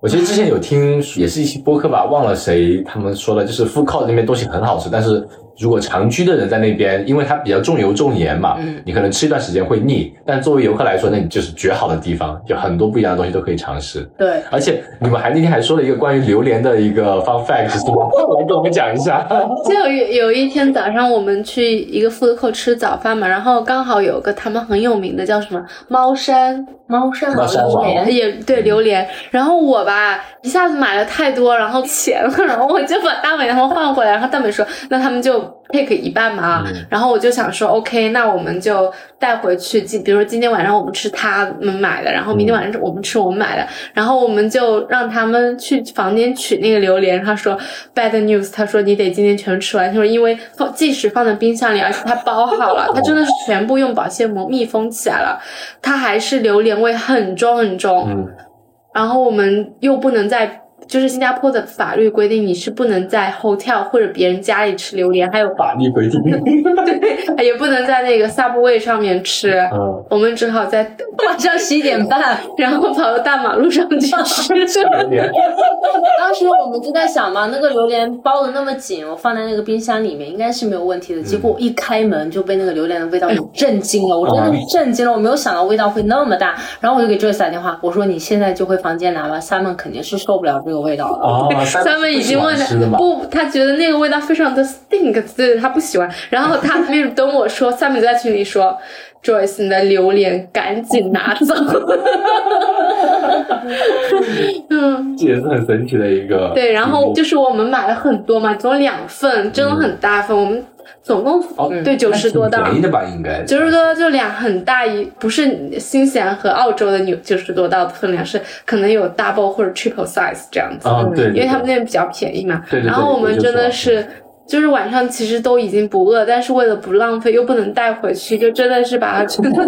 我其实之前有听，也是一期播客吧，忘了谁他们说的，就是富靠那边东西很好吃，但是如果长居的人在那边，因为它比较重油重盐嘛，嗯你可能吃一段时间会腻，但作为游客来说，那你就是绝好的地方，有很多不一样的东西都可以尝试。对。而且你们还那天还说了一个关于榴莲的一个 fun fact，是吗？来跟我们讲一下。就有有一天早上，我们去一个 food court 吃早饭嘛，然后刚好有个他们很有名的叫什么猫山猫山猫山 榴王莲，也对榴莲，然后我吧一下子买了太多，然后钱了，然后我就把大美他们换回来，然后大美说那他们就 take 一半嘛，嗯然后我就想说 OK，那我们就带回去，今比如说今天晚上我们吃他们买的，然后明天晚上我们吃我们买的，然后我们就让他们去房间取那个榴莲，他说 bad news，他说你得今天全吃完，他说因为放即使放在冰箱里，而且它包好了，它真的是全部用保鲜膜密封起来了，它还是榴莲味很重很重，嗯，然后我们又不能在，就是新加坡的法律规定，你是不能在 hotel 或者别人家里吃榴莲，还有 法律规定。对，也不能在那个 subway 上面吃。嗯，我们只好在， 晚上十一点半。然后跑到大马路上去吃。榴莲。 当时我们就在想嘛，那个榴莲包的那么紧，我放在那个冰箱里面应该是没有问题的。结果我一开门就被那个榴莲的味道给震惊了，我真的震惊了，我没有想到味道会那么大。然后我就给 Joyce 打电话，我说你现在就回房间拿吧，Simon 肯定是受不了这个味道的。哦， 他们已经问吃的他嘛。不，他觉得那个味道非常的 stink，对他不喜欢。然后他没有等我说，三本就在群里说，Joyce，你的榴莲赶紧拿走。 嗯，这也是很神奇的一个。对，然后就是我们买了很多嘛，总共两份，真的很大份。我们总共哦对九十多道挺。便宜的吧，应该九十多道就两很大一，不是新西兰和澳洲的牛九十多道的分量，是可能有 double 或者 triple size 这样子。啊，对，对因为他们对那边比较便宜嘛。对对对然后我们真的是，就是晚上其实都已经不饿，但是为了不浪费又不能带回去，就真的是把它全 都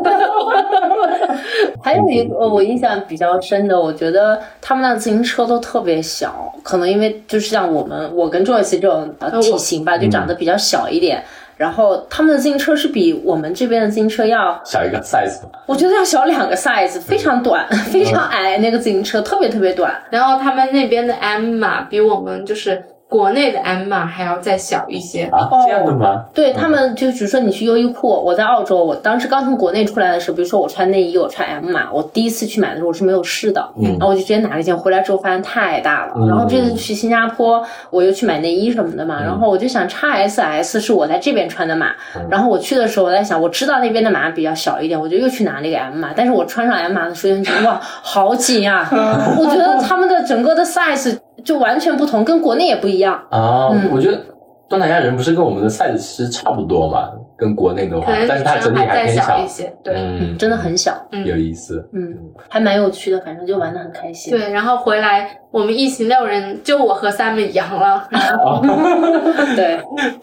还有一个呃我印象比较深的，我觉得他们那自行车都特别小，可能因为就是像我们，我跟 Joyce 这种呃呃我体型吧，就长得比较小一点。然后他们的自行车是比我们这边的自行车要，小一个 size 吧，我觉得要小两个 size，非常短，嗯非常矮，那个自行车特别特别短。然后他们那边的 M 码比我们就是国内的 M 码还要再小一些。啊，这样的吗？对他们，就比如说你去优衣库，我在澳洲，我当时刚从国内出来的时候，比如说我穿内衣，我穿 M 码，我第一次去买的时候我是没有试的，嗯然后我就直接拿了一件回来之后发现太大了，嗯然后这次去新加坡我又去买内衣什么的嘛，嗯然后我就想 XS 是我在这边穿的码，嗯然后我去的时候我在想我知道那边的码比较小一点，我就又去拿了一个 M 码，但是我穿上 M 码的时候就觉得哇好紧啊，我觉得他们的整个的 size 就完全不同，跟国内也不一样，啊，嗯我觉得东南亚人不是跟我们的 size 是差不多嘛，跟国内的话可，能但是它整上体海还再偏小一些，对、嗯，真的很小。嗯有意思。嗯，还蛮有趣的，反正就玩的很开心。，对。然后回来，我们一行六人，就我和 Sam 阳 了，对，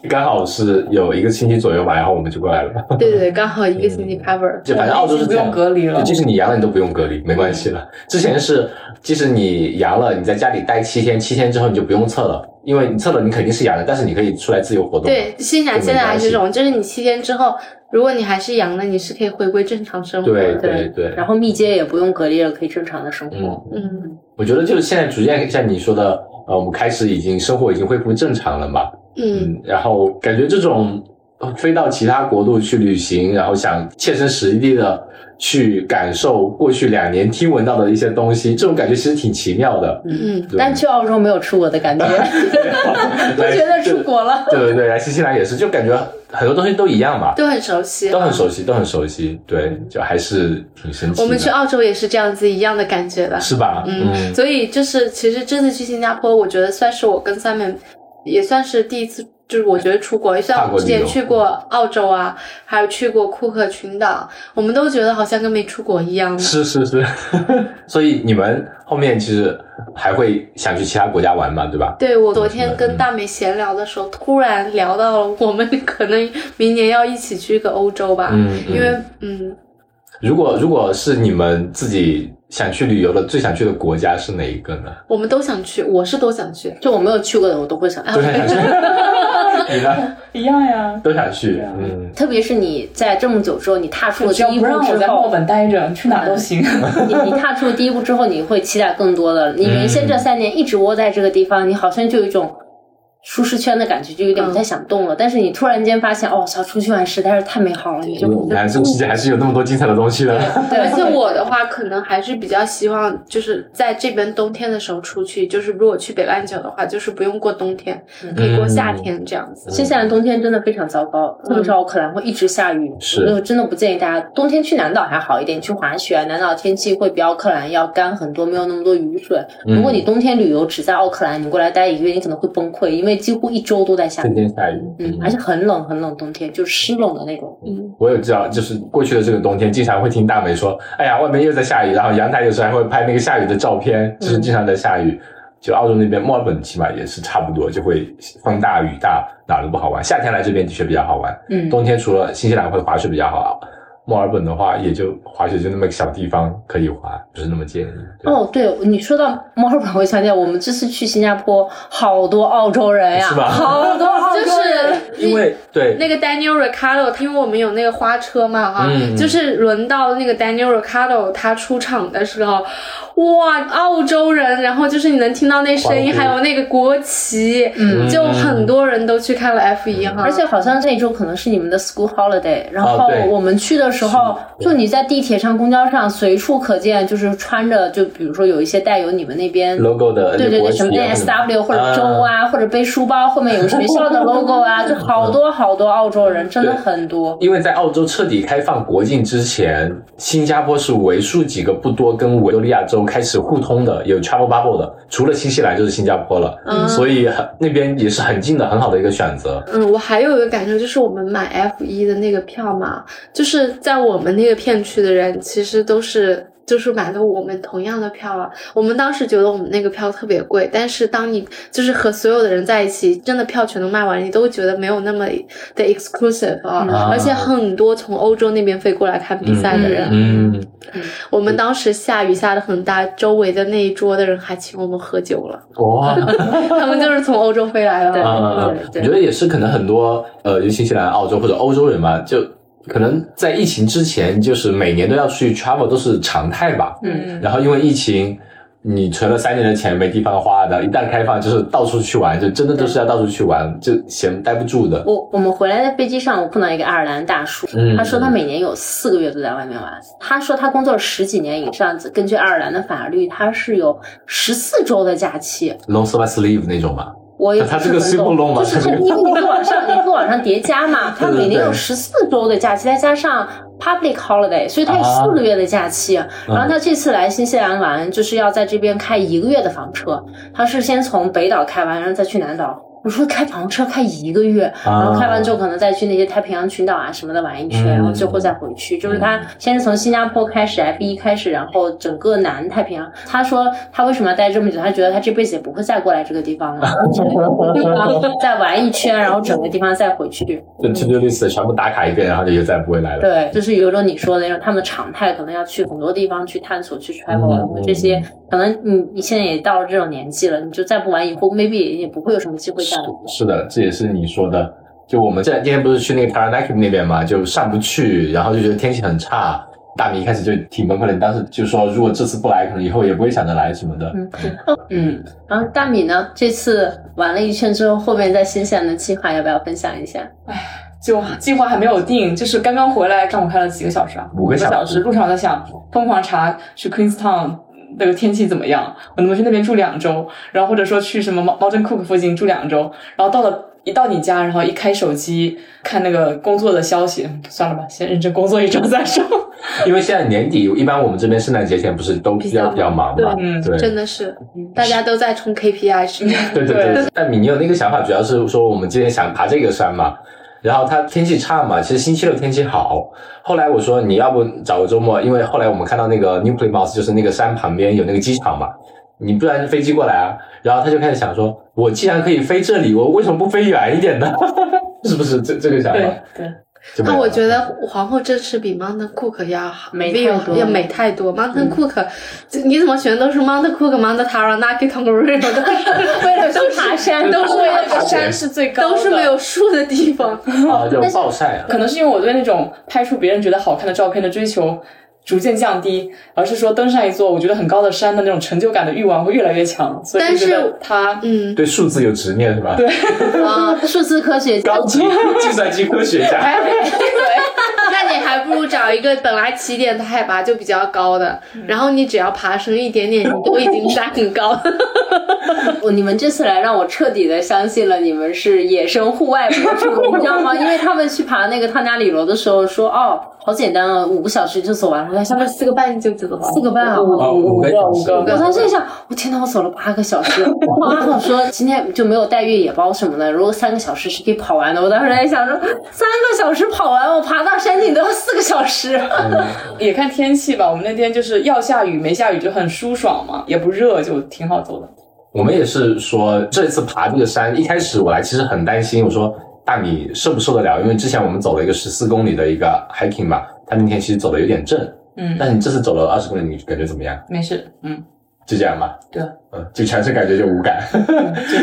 刚好是有一个星期左右嘛，然后我们就过来了。 对对，刚好一个星期嗯 cover。就反正澳洲是不这样用，隔离了就，即使你阳了，你都不用隔离，没关系了。之前是，即使你阳了，你在家里待七天，七天之后你就不用测了，因为你测了你肯定是阳了，但是你可以出来自由活动。对，新西兰现在还是这种，就是你七天之后，如果你还是阳的，你是可以回归正常生活对的。对对。然后密接也不用隔离了，可以正常的生活。嗯，嗯。我觉得就是现在逐渐像你说的，呃，我们开始已经生活已经恢复正常了嘛。嗯，嗯，然后感觉这种呃飞到其他国度去旅行，然后想切身实地的去感受过去两年听闻到的一些东西，这种感觉其实挺奇妙的。嗯，对但去澳洲没有出国的 感觉，不觉得出国了。对对对，来新西兰也是，就感觉很多东西都一样嘛，都很熟悉，都很。熟悉，都很熟悉。对，就还是挺神奇的。我们去澳洲也是这样子一样的感觉的，是吧？嗯，所以就是其实这次去新加坡，我觉得算是我跟 Simon 也算是第一次，就是我觉得出国，虽然我们之前去过澳洲啊，还有去过库克群岛，我们都觉得好像跟没出国一样的。是是是。所以你们后面其实还会想去其他国家玩嘛，对吧？对我昨天跟大美闲聊的时候，突然聊到了我们可能明年要一起去个欧洲吧，嗯，嗯因为嗯，如果如果是你们自己想去旅游的最想去的国家是哪一个呢？我们都想去，我是都想去，就我没有去过的，我都会想。哎都想去，你呢？一样呀。都想去对啊，嗯，特别是你在这么久之后，你踏出了只第要一不让步我之在墨后，本待着，去哪都行。你你踏出了第一步之后，你会期待更多的。你原先这嗯三年一直窝在这个地方，你好像就有一种舒适圈的感觉，就有点不太想动了。但是你突然间发现，哦，想出去玩实在是太美好了，你就来这个世界还是有那么多精彩的东西的。 对 啊而且我的话，可能还是比较希望，就是在这边冬天的时候出去，就是如果去北半球的话，就是不用过冬天，可以过夏天这样嗯子。新西兰冬天真的非常糟糕，特别是奥克兰会一直下雨，是我真的不建议大家冬天去南岛还好一点，你去滑雪啊，南岛天气会比奥克兰要干很多，没有那么多雨水。嗯如果你冬天旅游只在奥克兰，你过来待一个月，你可能会崩溃，因为几乎一周都在下天雨，天下雨，嗯，而且很冷很冷，冬天就是湿冷的那种。我有知道，就是过去的这个冬天，经常会听大美说：“哎呀，外面又在下雨。”然后阳台有时候还会拍那个下雨的照片，就是经常在下雨。就澳洲那边墨尔本起码也是差不多，就会风大雨大，哪儿都不好玩。夏天来这边的确比较好玩，嗯，冬天除了新西兰会滑雪比较好，墨尔本的话也就滑雪就那么个小地方可以滑，不是那么建议。对，哦，对你说到墨尔本，我想起来，我们这次去新加坡，好多澳洲人哎呀，是吧好多澳洲就人。是因为对那个 Daniel Ricardo，因为我们有那个花车嘛，哈、嗯就是轮到那个 Daniel Ricardo 他出场的时候，哇，澳洲人，然后就是你能听到那声音，欢还呼有那个国旗，嗯就很多人都去看了 F 一哈，而且好像这一周可能是你们的 school holiday，然后啊对我们去的时候，就你在地铁上、公交上随处可见，就是穿着就比如说有一些带有你们那边 logo 的对对国对，旗什么啊 NSW 或者州啊，或者背书包后面有学 校的 logo 啊，就好多好多澳洲人，真的很多。因为在澳洲彻底开放国境之前，新加坡是为数几个不多跟维多利亚州开始互通的有 travel bubble 的，除了新西兰就是新加坡了，嗯所以很那边也是很近的，很好的一个选择。嗯，我还有一个感受就是，我们买 F 一的那个票嘛，就是在我们那个片区的人，其实都是就是买的我们同样的票啊。我们当时觉得我们那个票特别贵，但是当你就是和所有的人在一起，真的票全都卖完，你都觉得没有那么的 exclusive 啊。嗯而且很多从欧洲那边飞过来看比赛的人，嗯，我们当时下雨下的很大，周围的那一桌的人还请我们喝酒 了， 哇，他们就是从欧洲飞来的。啊对嗯，我对觉得也是可能很多呃，尤其新西兰、澳洲或者欧洲人嘛，就可能在疫情之前，就是每年都要去 travel 都是常态吧。嗯，然后因为疫情，你存了三年的钱没地方花的，一旦开放就是到处去玩，就真的都是要到处去玩，就闲待不住的。我我们回来在飞机上，我碰到一个爱尔兰大叔，嗯他说他每年有四个月都在外面玩。他说他工作了十几年以上，根据爱尔兰的法律，他是有十四周的假期。 long summer sleeve 那种嘛，我也他不是这个很 super 懂 long 嘛就是这他个因为你会往上，你会往上叠加嘛，他对对每年有对十四周的假期，再加上 public holiday，所以他有啊嗯四个月的假期。然后他这次来新西兰玩，就是要在这边开一个月的房车，他是先从北岛开完，然后再去南岛。我说开房车开一个月，然啊后开完之后可能再去那些太平洋群岛啊什么的玩一圈，哦嗯然后最后再回去。就是他先是从新加坡开始，F 一开始，然后整个南太平洋。他说他为什么要待这么久？他觉得他这辈子也不会再过来这个地 方了，然后再玩一圈，然后整个地方再回去。就 to do list 全部打卡一遍，然后就也再也不会来了。对，就是有种你说的那种他们常态，可能要去很多地方去探索、去 travel，、嗯然后这些可能你你现在也到了这种年纪了，你就再不玩，以后 maybe 也不会有什么机会再来。是的，这也是你说的。就我们这今天不是去那个 Taranaki 那边嘛，就上不去，然后就觉得天气很差。大米一开始就挺崩溃的，你当时就说如果这次不来，可能以后也不会想着来什么的。嗯嗯，然后大米呢？这次玩了一圈之后，后面在新西兰的计划要不要分享一下？就计划还没有定，就是刚刚回来，刚我开了几个小时啊，五个小时小时，路上我在想，疯狂查去 Queenstown 那个天气怎么样，我能不能去那边住两周，然后或者说去什么 Mou- Mountain Cook 附近住两周，然后到了。一到你家，然后一开手机看那个工作的消息，嗯算了吧，先认真工作一周再说。 因为现在年底，一般我们这边圣诞节前不是都比较比较忙比较忙嘛，嗯对真的是，大家都在冲 KPI 是吗？对对对对。但米你有那个想法，主要是说我们今天想爬这个山嘛，然后它天气差嘛，其实星期六天气好。后来我说你要不找个周末，因为后来我们看到那个 New Plymouth 就是那个山旁边有那个机场嘛，你不然飞机过来啊。然后他就开始想说，我既然可以飞这里，我为什么不飞远一点呢？是不是这这个想法？对对，就没那有我了觉得皇后这次比 Mountain Cook 要好，美比太多要了美太多。Mountain Cook，、这你怎么选的都是 Mountain Cook、Mountain Taranaki、Tongariro，都是为了都爬山都是为了爬山是最都是没有树的地方。啊，这种暴晒啊，可能是因为我对那种拍出别人觉得好看的照片的追求逐渐降低，而是说登上一座我觉得很高的山的那种成就感的欲望会越来越强，所以但就是觉得它嗯对数字有执念是吧？对，啊， 数字科学家高级计算机科学家。那你还不如找一个本来起点的海拔就比较高的，然后你只要爬升一点点，你都已经在很高了。 我你们这次来让我彻底的相信了你们是野生户外博 主，你知道吗？因为他们去爬那个汤加里楼的时候说，哦，好简单啊，五个小时就走完了。他下面四个半就走了。哦四个半啊，啊，五个小五时个五我个当时想，我天呐，我走了八个小 时。我妈跟我说，今天就没有带越野包什么的，如果三个小时是可以跑完的。我当时在想说，三个小时跑完，我爬到山顶都要四个小时。也看天气吧。我们那天就是要下雨没下雨就很舒爽嘛，也不热，就挺好走的。我们也是说，这次爬这个山，一开始我来其实很担心，我说大米受不受得了？因为之前我们走了一个十四公里的一个 hiking 嘛，他那天其实走的有点正，嗯，但你这次走了二十公里，你感觉怎么样？没事，嗯，就这样吧。对，嗯，就全程感觉就无感，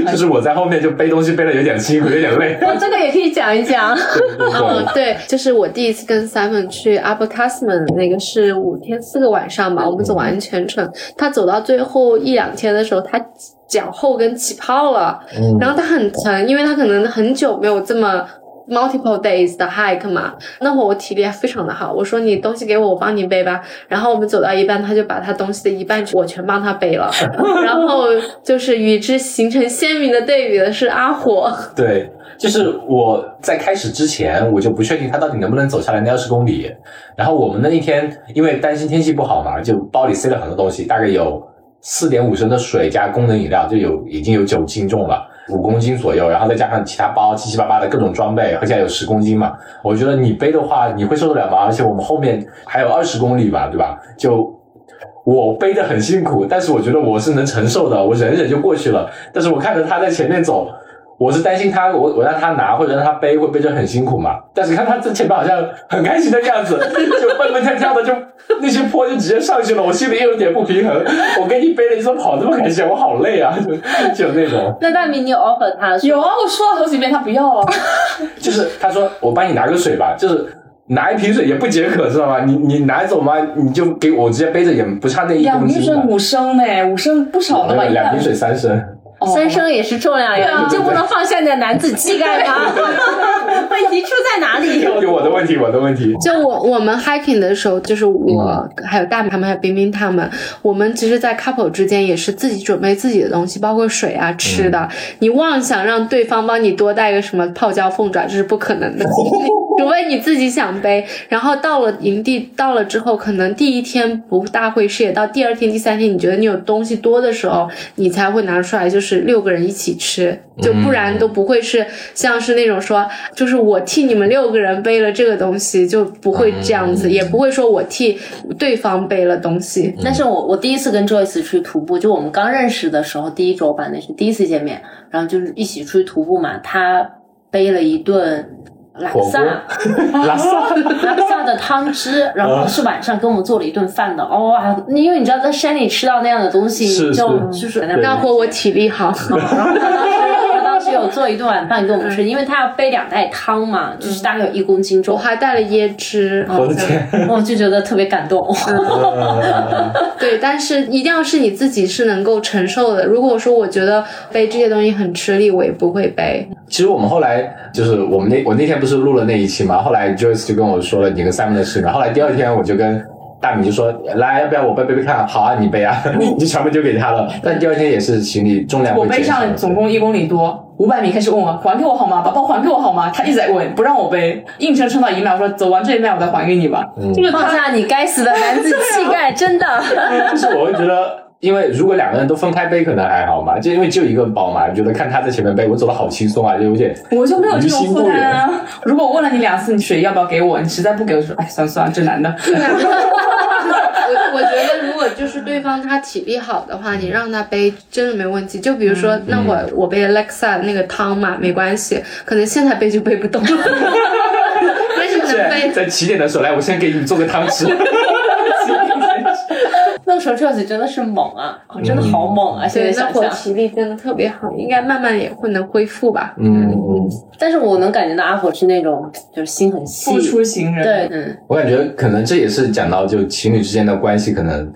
还 就是我在后面就背东西背的有点辛苦，有点 累。哦这个也可以讲一 讲。对对哦对，对，就是我第一次跟 Simon 去 Upper Tasman 那个是五天四个晚上吧，我们走完全程。他走到最后一两天的时候，他脚后跟起泡了，嗯然后他很疼，因为他可能很久没有这么 multiple days 的 hike 嘛，那会儿我体力还非常的好，我说你东西给我，我帮你背吧。然后我们走到一半，他就把他东西的一半我全帮他 背了。然后就是与之形成鲜明的对比的是阿火，对，就是我在开始之前，我就不确定他到底能不能走下来那二十公里。然后我们那一天，因为担心天气不好嘛，就包里塞了很多东西，大概有四点五升的水加功能饮料，就有已经有九斤重了，五公斤左右，然后再加上其他包七七八八的各种装备，合起来有十公斤嘛。我觉得你背的话，你会受得了吗？而且我们后面还有二十公里吧，对吧？就。我背的很辛苦，但是我觉得我是能承受的，我忍忍就过去了。但是我看着他在前面走，我是担心他，我我让他拿或者让他背会背着很辛苦嘛。但是看他这前面好像很开心的样子， 就蹦蹦跳跳的就那些坡就直接上去了，我心里又有点不平衡。我跟你背了一次跑这么开心，我好累啊， 就就那种。那大明，你有 offer 他说有啊，我说了好几遍，他不要 啊。就是他说我帮你拿个水吧，就是。拿一瓶水也不解渴，知道吗？你你拿走吗？你就给我直接背着，也不差那一两公瓶斤水吧。五升呢，五升不少了吧？没有一两半瓶水三升。 哦三升也是重量呀，你啊就不能放下你的男子气概吗？ 问题出在哪里？有我的问题，我的问题。就我我们 hiking 的时候，就是我、还有大米他们还有冰冰他们，我们其实，在 couple 之间也是自己准备自己的东西，包括水啊、吃的。你妄想让对方帮你多带个什么泡椒凤爪，这是不可能的，除非你自己想背。然后到了营地，到了之后，可能第一天不大会视野，到第二天、第三天，你觉得你有东西多的时候，你才会拿出来，就是六个人一起吃，就不然都不会是像是那种说，就是我替你们六个人背了这个东西，就不会这样子，也不会说我替对方背了东西。但是我我第一次跟 Joyce 去徒步，就我们刚认识的时候，第一周吧，那是第一次见面，然后就是一起出去徒步嘛，他背了一顿拉火萨锅 拉萨， 拉萨的汤汁，然后是晚上给我们做了一顿饭的。哦哇，因为你知道在山里吃到那样的东西，是你就是就是在那那会儿我体力好， 他当时有做一顿晚饭给我们吃，因为他要背两袋汤嘛，就是大概有一公斤我重，还带了椰 汁。嗯我的 天！我就觉得特别感动。对，但是一定要是你自己是能够承受的。如果说我觉得背这些东西很吃力，我也不会 背。其实我们后来就是我们那我那天不是录了那一期嘛，后来 Joyce 就跟我说了你跟 Simon 的事嘛，后来第二天我就跟。大米就说：“来，要不要我背背背看？好啊，你背 啊，你就全部丢给他了。但第二天也是行李重量我会背减少上总共一公里多，五百米开始问我还给我好吗？把包还给我好吗？他一直在问，不让我背，硬撑撑到一秒说走完这一秒我再还给你吧。就是放他下你该死的男子气概，真的。 就是我会觉得，因为如果两个人都分开背，可能还好嘛，就因为就一个包嘛，觉得看他在前面背，我走的好轻松啊，就有点我就没有这种于心负不担忍啊。如果我问了你两次，你水要不要给我？你实在不给我，说 哎，算了算了，这男的。我我觉得，如果就是对方他体力好的嗯话，你让他背真的没问题。就比如说，那我我背 Alexa 那个汤嘛，没关系，可能现在背就背不 动了，但是能背。在起点的时候，来，我先给你做个汤 吃。那时候 Joyce 真的是猛啊，哦真的好猛啊！现在嗯对，那想会儿想，体力真的特别好，应该慢慢也会能恢复吧。嗯，但是我能感觉到阿火是那种就是心很细付。出型人，对，，嗯，我感觉可能这也是讲到就情侣之间的关系，可能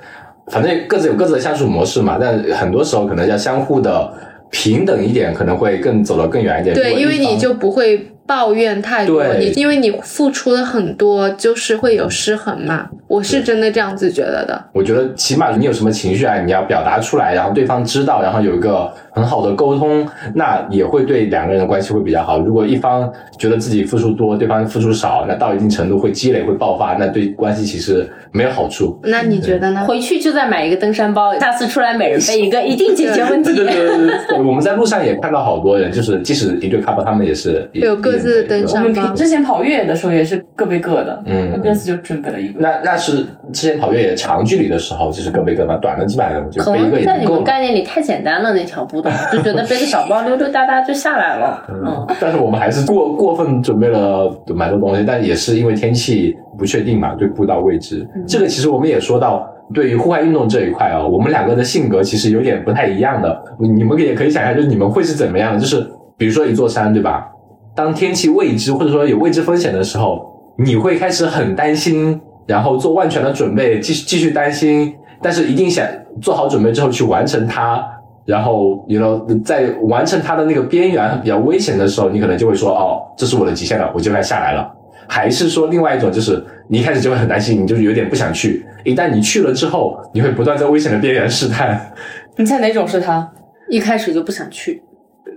反正各自有各自的相处模式嘛，但很多时候可能要相互的平等一点，可能会更走得更远一点。对，如果一因为方你就不会抱怨太多，对你因为你付出了很多，就是会有失衡嗯嘛。我是真的这样子觉得的。我觉得起码你有什么情绪啊，你要表达出来，然后对方知道，然后有一个很好的沟通，那也会对两个人的关系会比较好。如果一方觉得自己付出多，对方付出少，那到一定程度会积累会爆发，那对关系其实没有好处。那你觉得呢？嗯回去就再买一个登山包，下次出来每人背一个，一定解决问对题。对对对对对，我们在路上也看到好多人，就是即使一对 couple，他们也是一有各自的登我山们平之前跑越野的时候也是各背各的，嗯那这次就准备了一个。那那是之前跑越野长距离的时候，就是各背各的嘛，短的基本上就可背一个能也在能你够们了。概念里太简单了，那条步道就觉得背个小包溜溜达达就下来了。嗯， 但是我们还是过过分准备了蛮多东西，但也是因为天气不确定嘛，对步道未知。这个其实我们也说到，对于户外运动这一块啊、我们两个的性格其实有点不太一样的。你们也可以想一下，就是你们会是怎么样的？就是比如说一座山，对吧？当天气未知或者说有未知风险的时候，你会开始很担心，然后做万全的准备，继续继续担心，但是一定想做好准备之后去完成它。然后你 you know, 在完成它的那个边缘比较危险的时候，你可能就会说哦，这是我的极限了，我就该下来了。还是说另外一种就是你一开始就会很担心，你就是有点不想去。一旦你去了之后，你会不断在危险的边缘试 探，你猜哪种是他？一开始就不想去，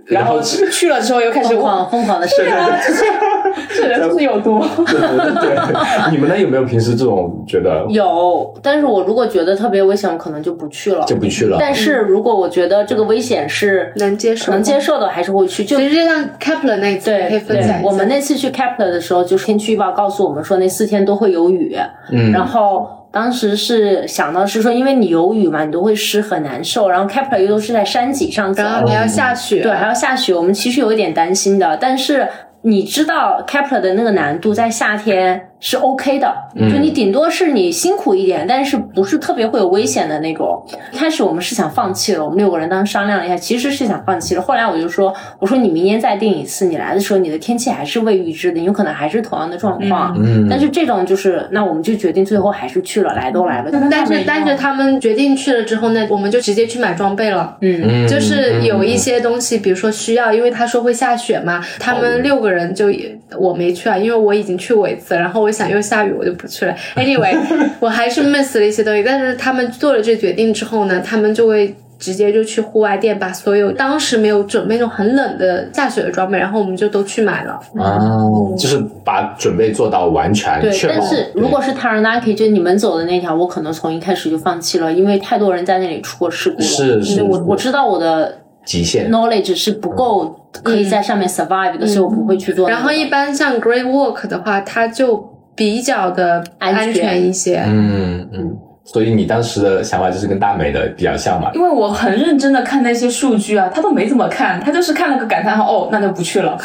然后后去去了之后又开 始疯哇，狂疯狂的试探。 这人是有多？ 对对对，你们呢有没有平时这种觉得有，但是我如果觉得特别危险，我可能就不去了就。不去了？但是如果我觉得这个危险是能接受，能接。受的，还是会去。就其实就像 Kepler 那一次，对可以分享一对，下。我们那次去 Kepler 的时候，就是天气预报告诉我们说那四天都会有雨，嗯，然后当时是想到是说，因为你有雨嘛，你都会湿很难受，然后 Kepler 又都是在山脊上走，然后还要下雪，哦对，还要下雪，我们其实有一点担心的，但是。你知道 Kepler 的那个难度在夏天是 OK 的，嗯就你顶多是你辛苦一点，但是不是特别会有危险的那种。一开始我们是想放弃了，我们六个人当时商量了一下，其实是想放弃了。后来我就说，我说你明年再定一次，你来的时候你的天气还是未预知的，你有可能还是同样的状况。嗯，但是这种就是，那我们就决定最后还是去了，来都来了。嗯但是但是他们决定去了之后呢，我们就直接去买装备了。嗯，嗯就是有一些东西，比如说需要，因为他说会下雪嘛，他嗯们六个人就也我没去啊，因为我已经去过一次，然后我想又下雨，我就不去 了。Anyway，我还是 miss 了一些东西，但是他们做了这决定之后呢，他们就会。直接就去户外店把所有当时没有准备那种很冷的下雪的装备，然后我们就都去买了。哦，就是把准备做到完全，对。确保但是如果是 Taranaki，就你们走的那条，我可能从一开始就放弃了，因为太多人在那里出过事故了。是是对我是我知道我的极限， knowledge 是不够可以在上面 survive 的，所以我不会去做嗯那个。然后一般像 Great Walk 的话，它就比较的安全安全一些。嗯嗯，所以你当时的想法就是跟大美的比较像嘛，因为我很认真的看那些数据啊，他都没怎么看，他就是看了个感叹号，哦，那就不去了。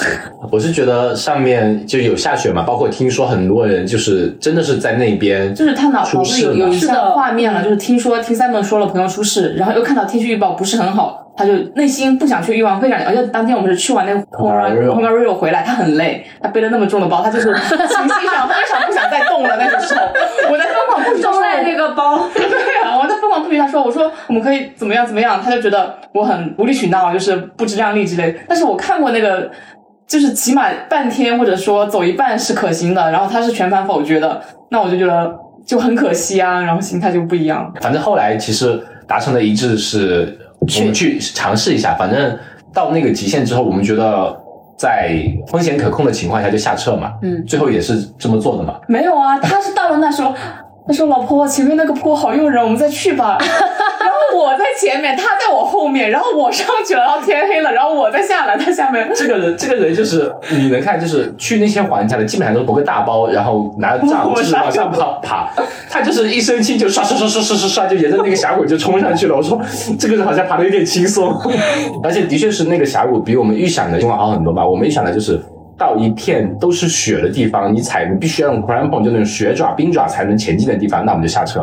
我是觉得上面就有下雪嘛，包括听说很多人就是真的是在那边，就是他脑脑出子事有了有一是的嗯项画面了，就是听说听 Simon 说了朋友出事，然后又看到天气预报不是很好，他就内心不想去欲望会展，而且当天我们是去完那个 h o m a r Homario h o m a r i o 回来，他很累，他背了那么重的包，他就是情绪上非常不想再动了。那个时候，我在疯狂不嗯语，收来那个包，对啊，我在疯狂不语他说，我说我们可以怎么样怎么样，他就觉得我很无理取闹，就是不知量力之类的。但是我看过那个。就是起码半天或者说走一半是可行的，然后他是全盘否决的，那我就觉得就很可惜啊，然后心态就不一样了。反正后来其实达成的一致是，我们去尝试一下，反正到那个极限之后，我们觉得在风险可控的情况下就下撤嘛，嗯，最后也是这么做的嘛，没有啊，他是到了那说，他说老婆，前面那个坡好诱人，我们再去吧。 然后我在前面，他在我后面，然后我上去了，然后天黑了，然后我再下来，他下面。这个人，这个人就是你能看，就是去那些玩家的，基本上都是不会大包，然后拿着炸我武就是往上爬爬。他就是一生气就刷刷刷刷刷刷刷，就沿着那个峡谷就冲上去了。我说这个人好像爬的有点轻松，而且的确是那个峡谷比我们预想的情况好很多吧。我们预想的就是。到一片都是雪的地方，你踩你必须要用 crampon，就那种雪爪、冰爪才能前进的地方，那我们就下车。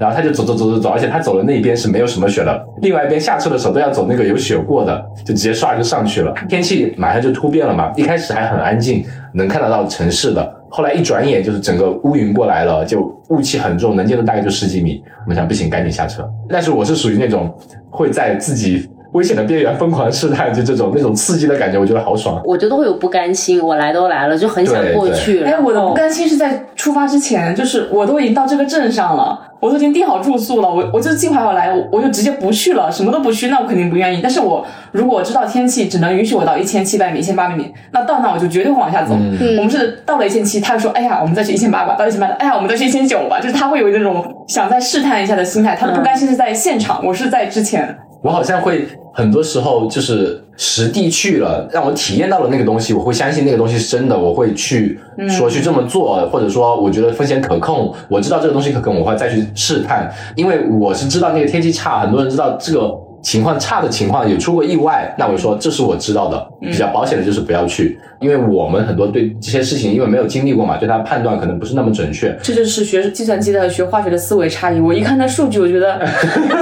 然后他就走走走走走，而且他走的那一边是没有什么雪的，另外一边下车的时候都要走那个有雪过的，就直接刷就上去了。天气马上就突变了嘛，一开始还很安静，能看得到城市的，后来一转眼就是整个乌云过来了，就雾气很重，能见度大概就十几米。我们想不行，赶紧下车。但是我是属于那种会在自己危险的边缘疯狂试探，就这种那种刺激的感觉，我觉得好爽。我觉得会有不甘心，我来都来了，就很想对过对去。哎，然后我的不甘心是在出发之前，就是我都已经到这个镇上了，我都已经订好住宿了，我我就计划好来，我我就直接不去了，什么都不去，那我肯定不愿意。但是我如果知道天气只能允许我到一千七百米、一千八百米，那到那我就绝对会往下走。嗯我们是到了一千七，他就说：“哎呀，我们再去一千八吧。”到一千八，哎呀，我们再去一千九吧。就是他会有那种想再试探一下的心态，他嗯的不甘心是在现场，我是在之前。我好像会很多时候就是实地去了，让我体验到了那个东西，我会相信那个东西是真的，我会去说去这么做，或者说我觉得风险可控，我知道这个东西可控，我会再去试探，因为我是知道那个天气差，很多人知道这个。情况差的情况有出过意外，那我说这是我知道的，比较保险的就是不要去，因为我们很多对这些事情因为没有经历过嘛，对它判断可能不是那么准确，这就是学计算机的、学化学的思维差异。我一看那数据，我觉得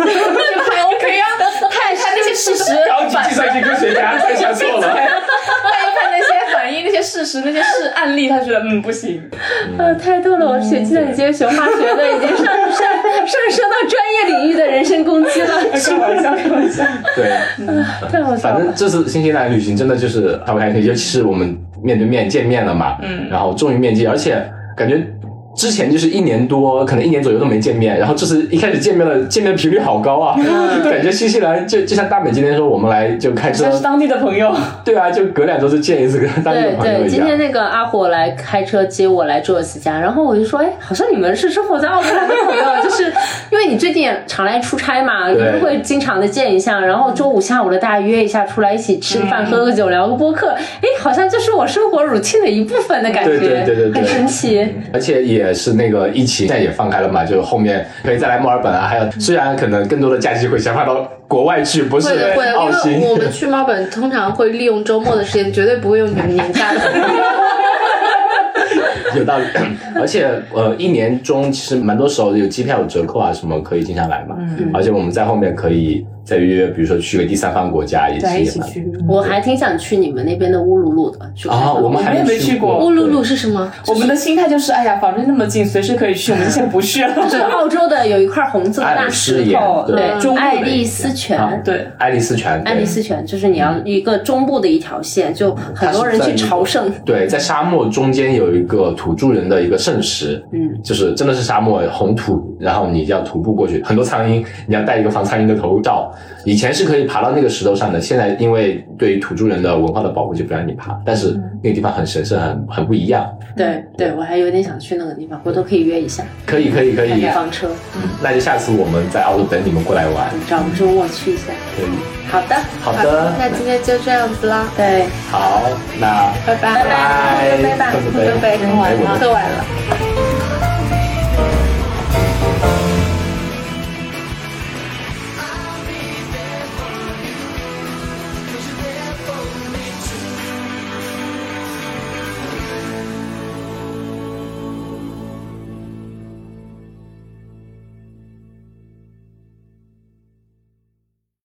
还 OK 啊，看看那些事实，高级计算机科学家太下错了。看一看那些反应、那些事实、那些事案例，他觉得嗯不行。呃，太逗了，我学计算机、学化学的已经上上上升到专业领域的人身攻击了，开玩笑，开玩笑。对，太好笑 反正了。这次新西兰旅行真的就是太不开心，尤其是我们面对面见面了嘛，嗯然后终于面基，而且感觉之前就是一年多，可能一年左右都没见面，然后这次一开始见面了，见面频率好高啊，感觉新西兰就就像大美今天说，我们来就开车像，是当地的朋友，对啊，就隔两周就见一次，跟当地的对朋友对，一今样。天那个阿火来开车接我来 Joyce 家，然后我就说，哎，好像你们是生活在奥克兰的朋友， 就是因为你最近也常来出差嘛，你对们会经常的见一下，然后周五下午了，大家约一下出来一起吃个饭、喝个酒、聊个播客，哎，好像就是我生活 routine 的一部分的感觉，对对对对对很神奇。而且也是那个疫情现在也放开了嘛，就后面可以再来墨尔本啊，还有虽然可能更多的假期会想放到国外去，不是会的，会的，澳因新为。我们去墨尔本通常会利用周末的时间，绝对不会用你们年假的。有道理， 而且呃，一年中其实蛮多时候有机票有折扣啊，什么可以经常来嘛。嗯而且我们在后面可以再约，比如说去个第三方国家，也啊是对， 一也起蛮。去。我还挺想去你们那边的乌鲁鲁的，去看啊，看我们还我们也没去去过 乌鲁鲁是什么？我们的心态就是，哎呀，反正那么近，随时可以去，我们就先不去了。 就是澳洲的有一块红色的大石头，爱尔斯岩对，对中部的爱丽丝泉。啊对，爱丽丝泉，对爱丽丝泉就是你要一个中部的一条线，就很多人去朝圣。对，在沙漠中间有一个土著人的一个圣石，嗯，就是真的是沙漠红土，然后你要徒步过去，很多苍蝇，你要戴一个防苍蝇的头罩。以前是可以爬到那个石头上的，现在因为对于土著人的文化的保护，就不让你爬。但嗯是那个地方很神圣，很很不一样。对对，我还有点想去那个地方，回头可以约一下，可以，可以，可看以看。房车，那就下次我们在澳洲等你们过来玩。找个周末去一下。可以，好的，好好的，那今天就这样子啦，对，好，那拜拜拜拜，拜拜干个杯干杯哎我们喝完了。拜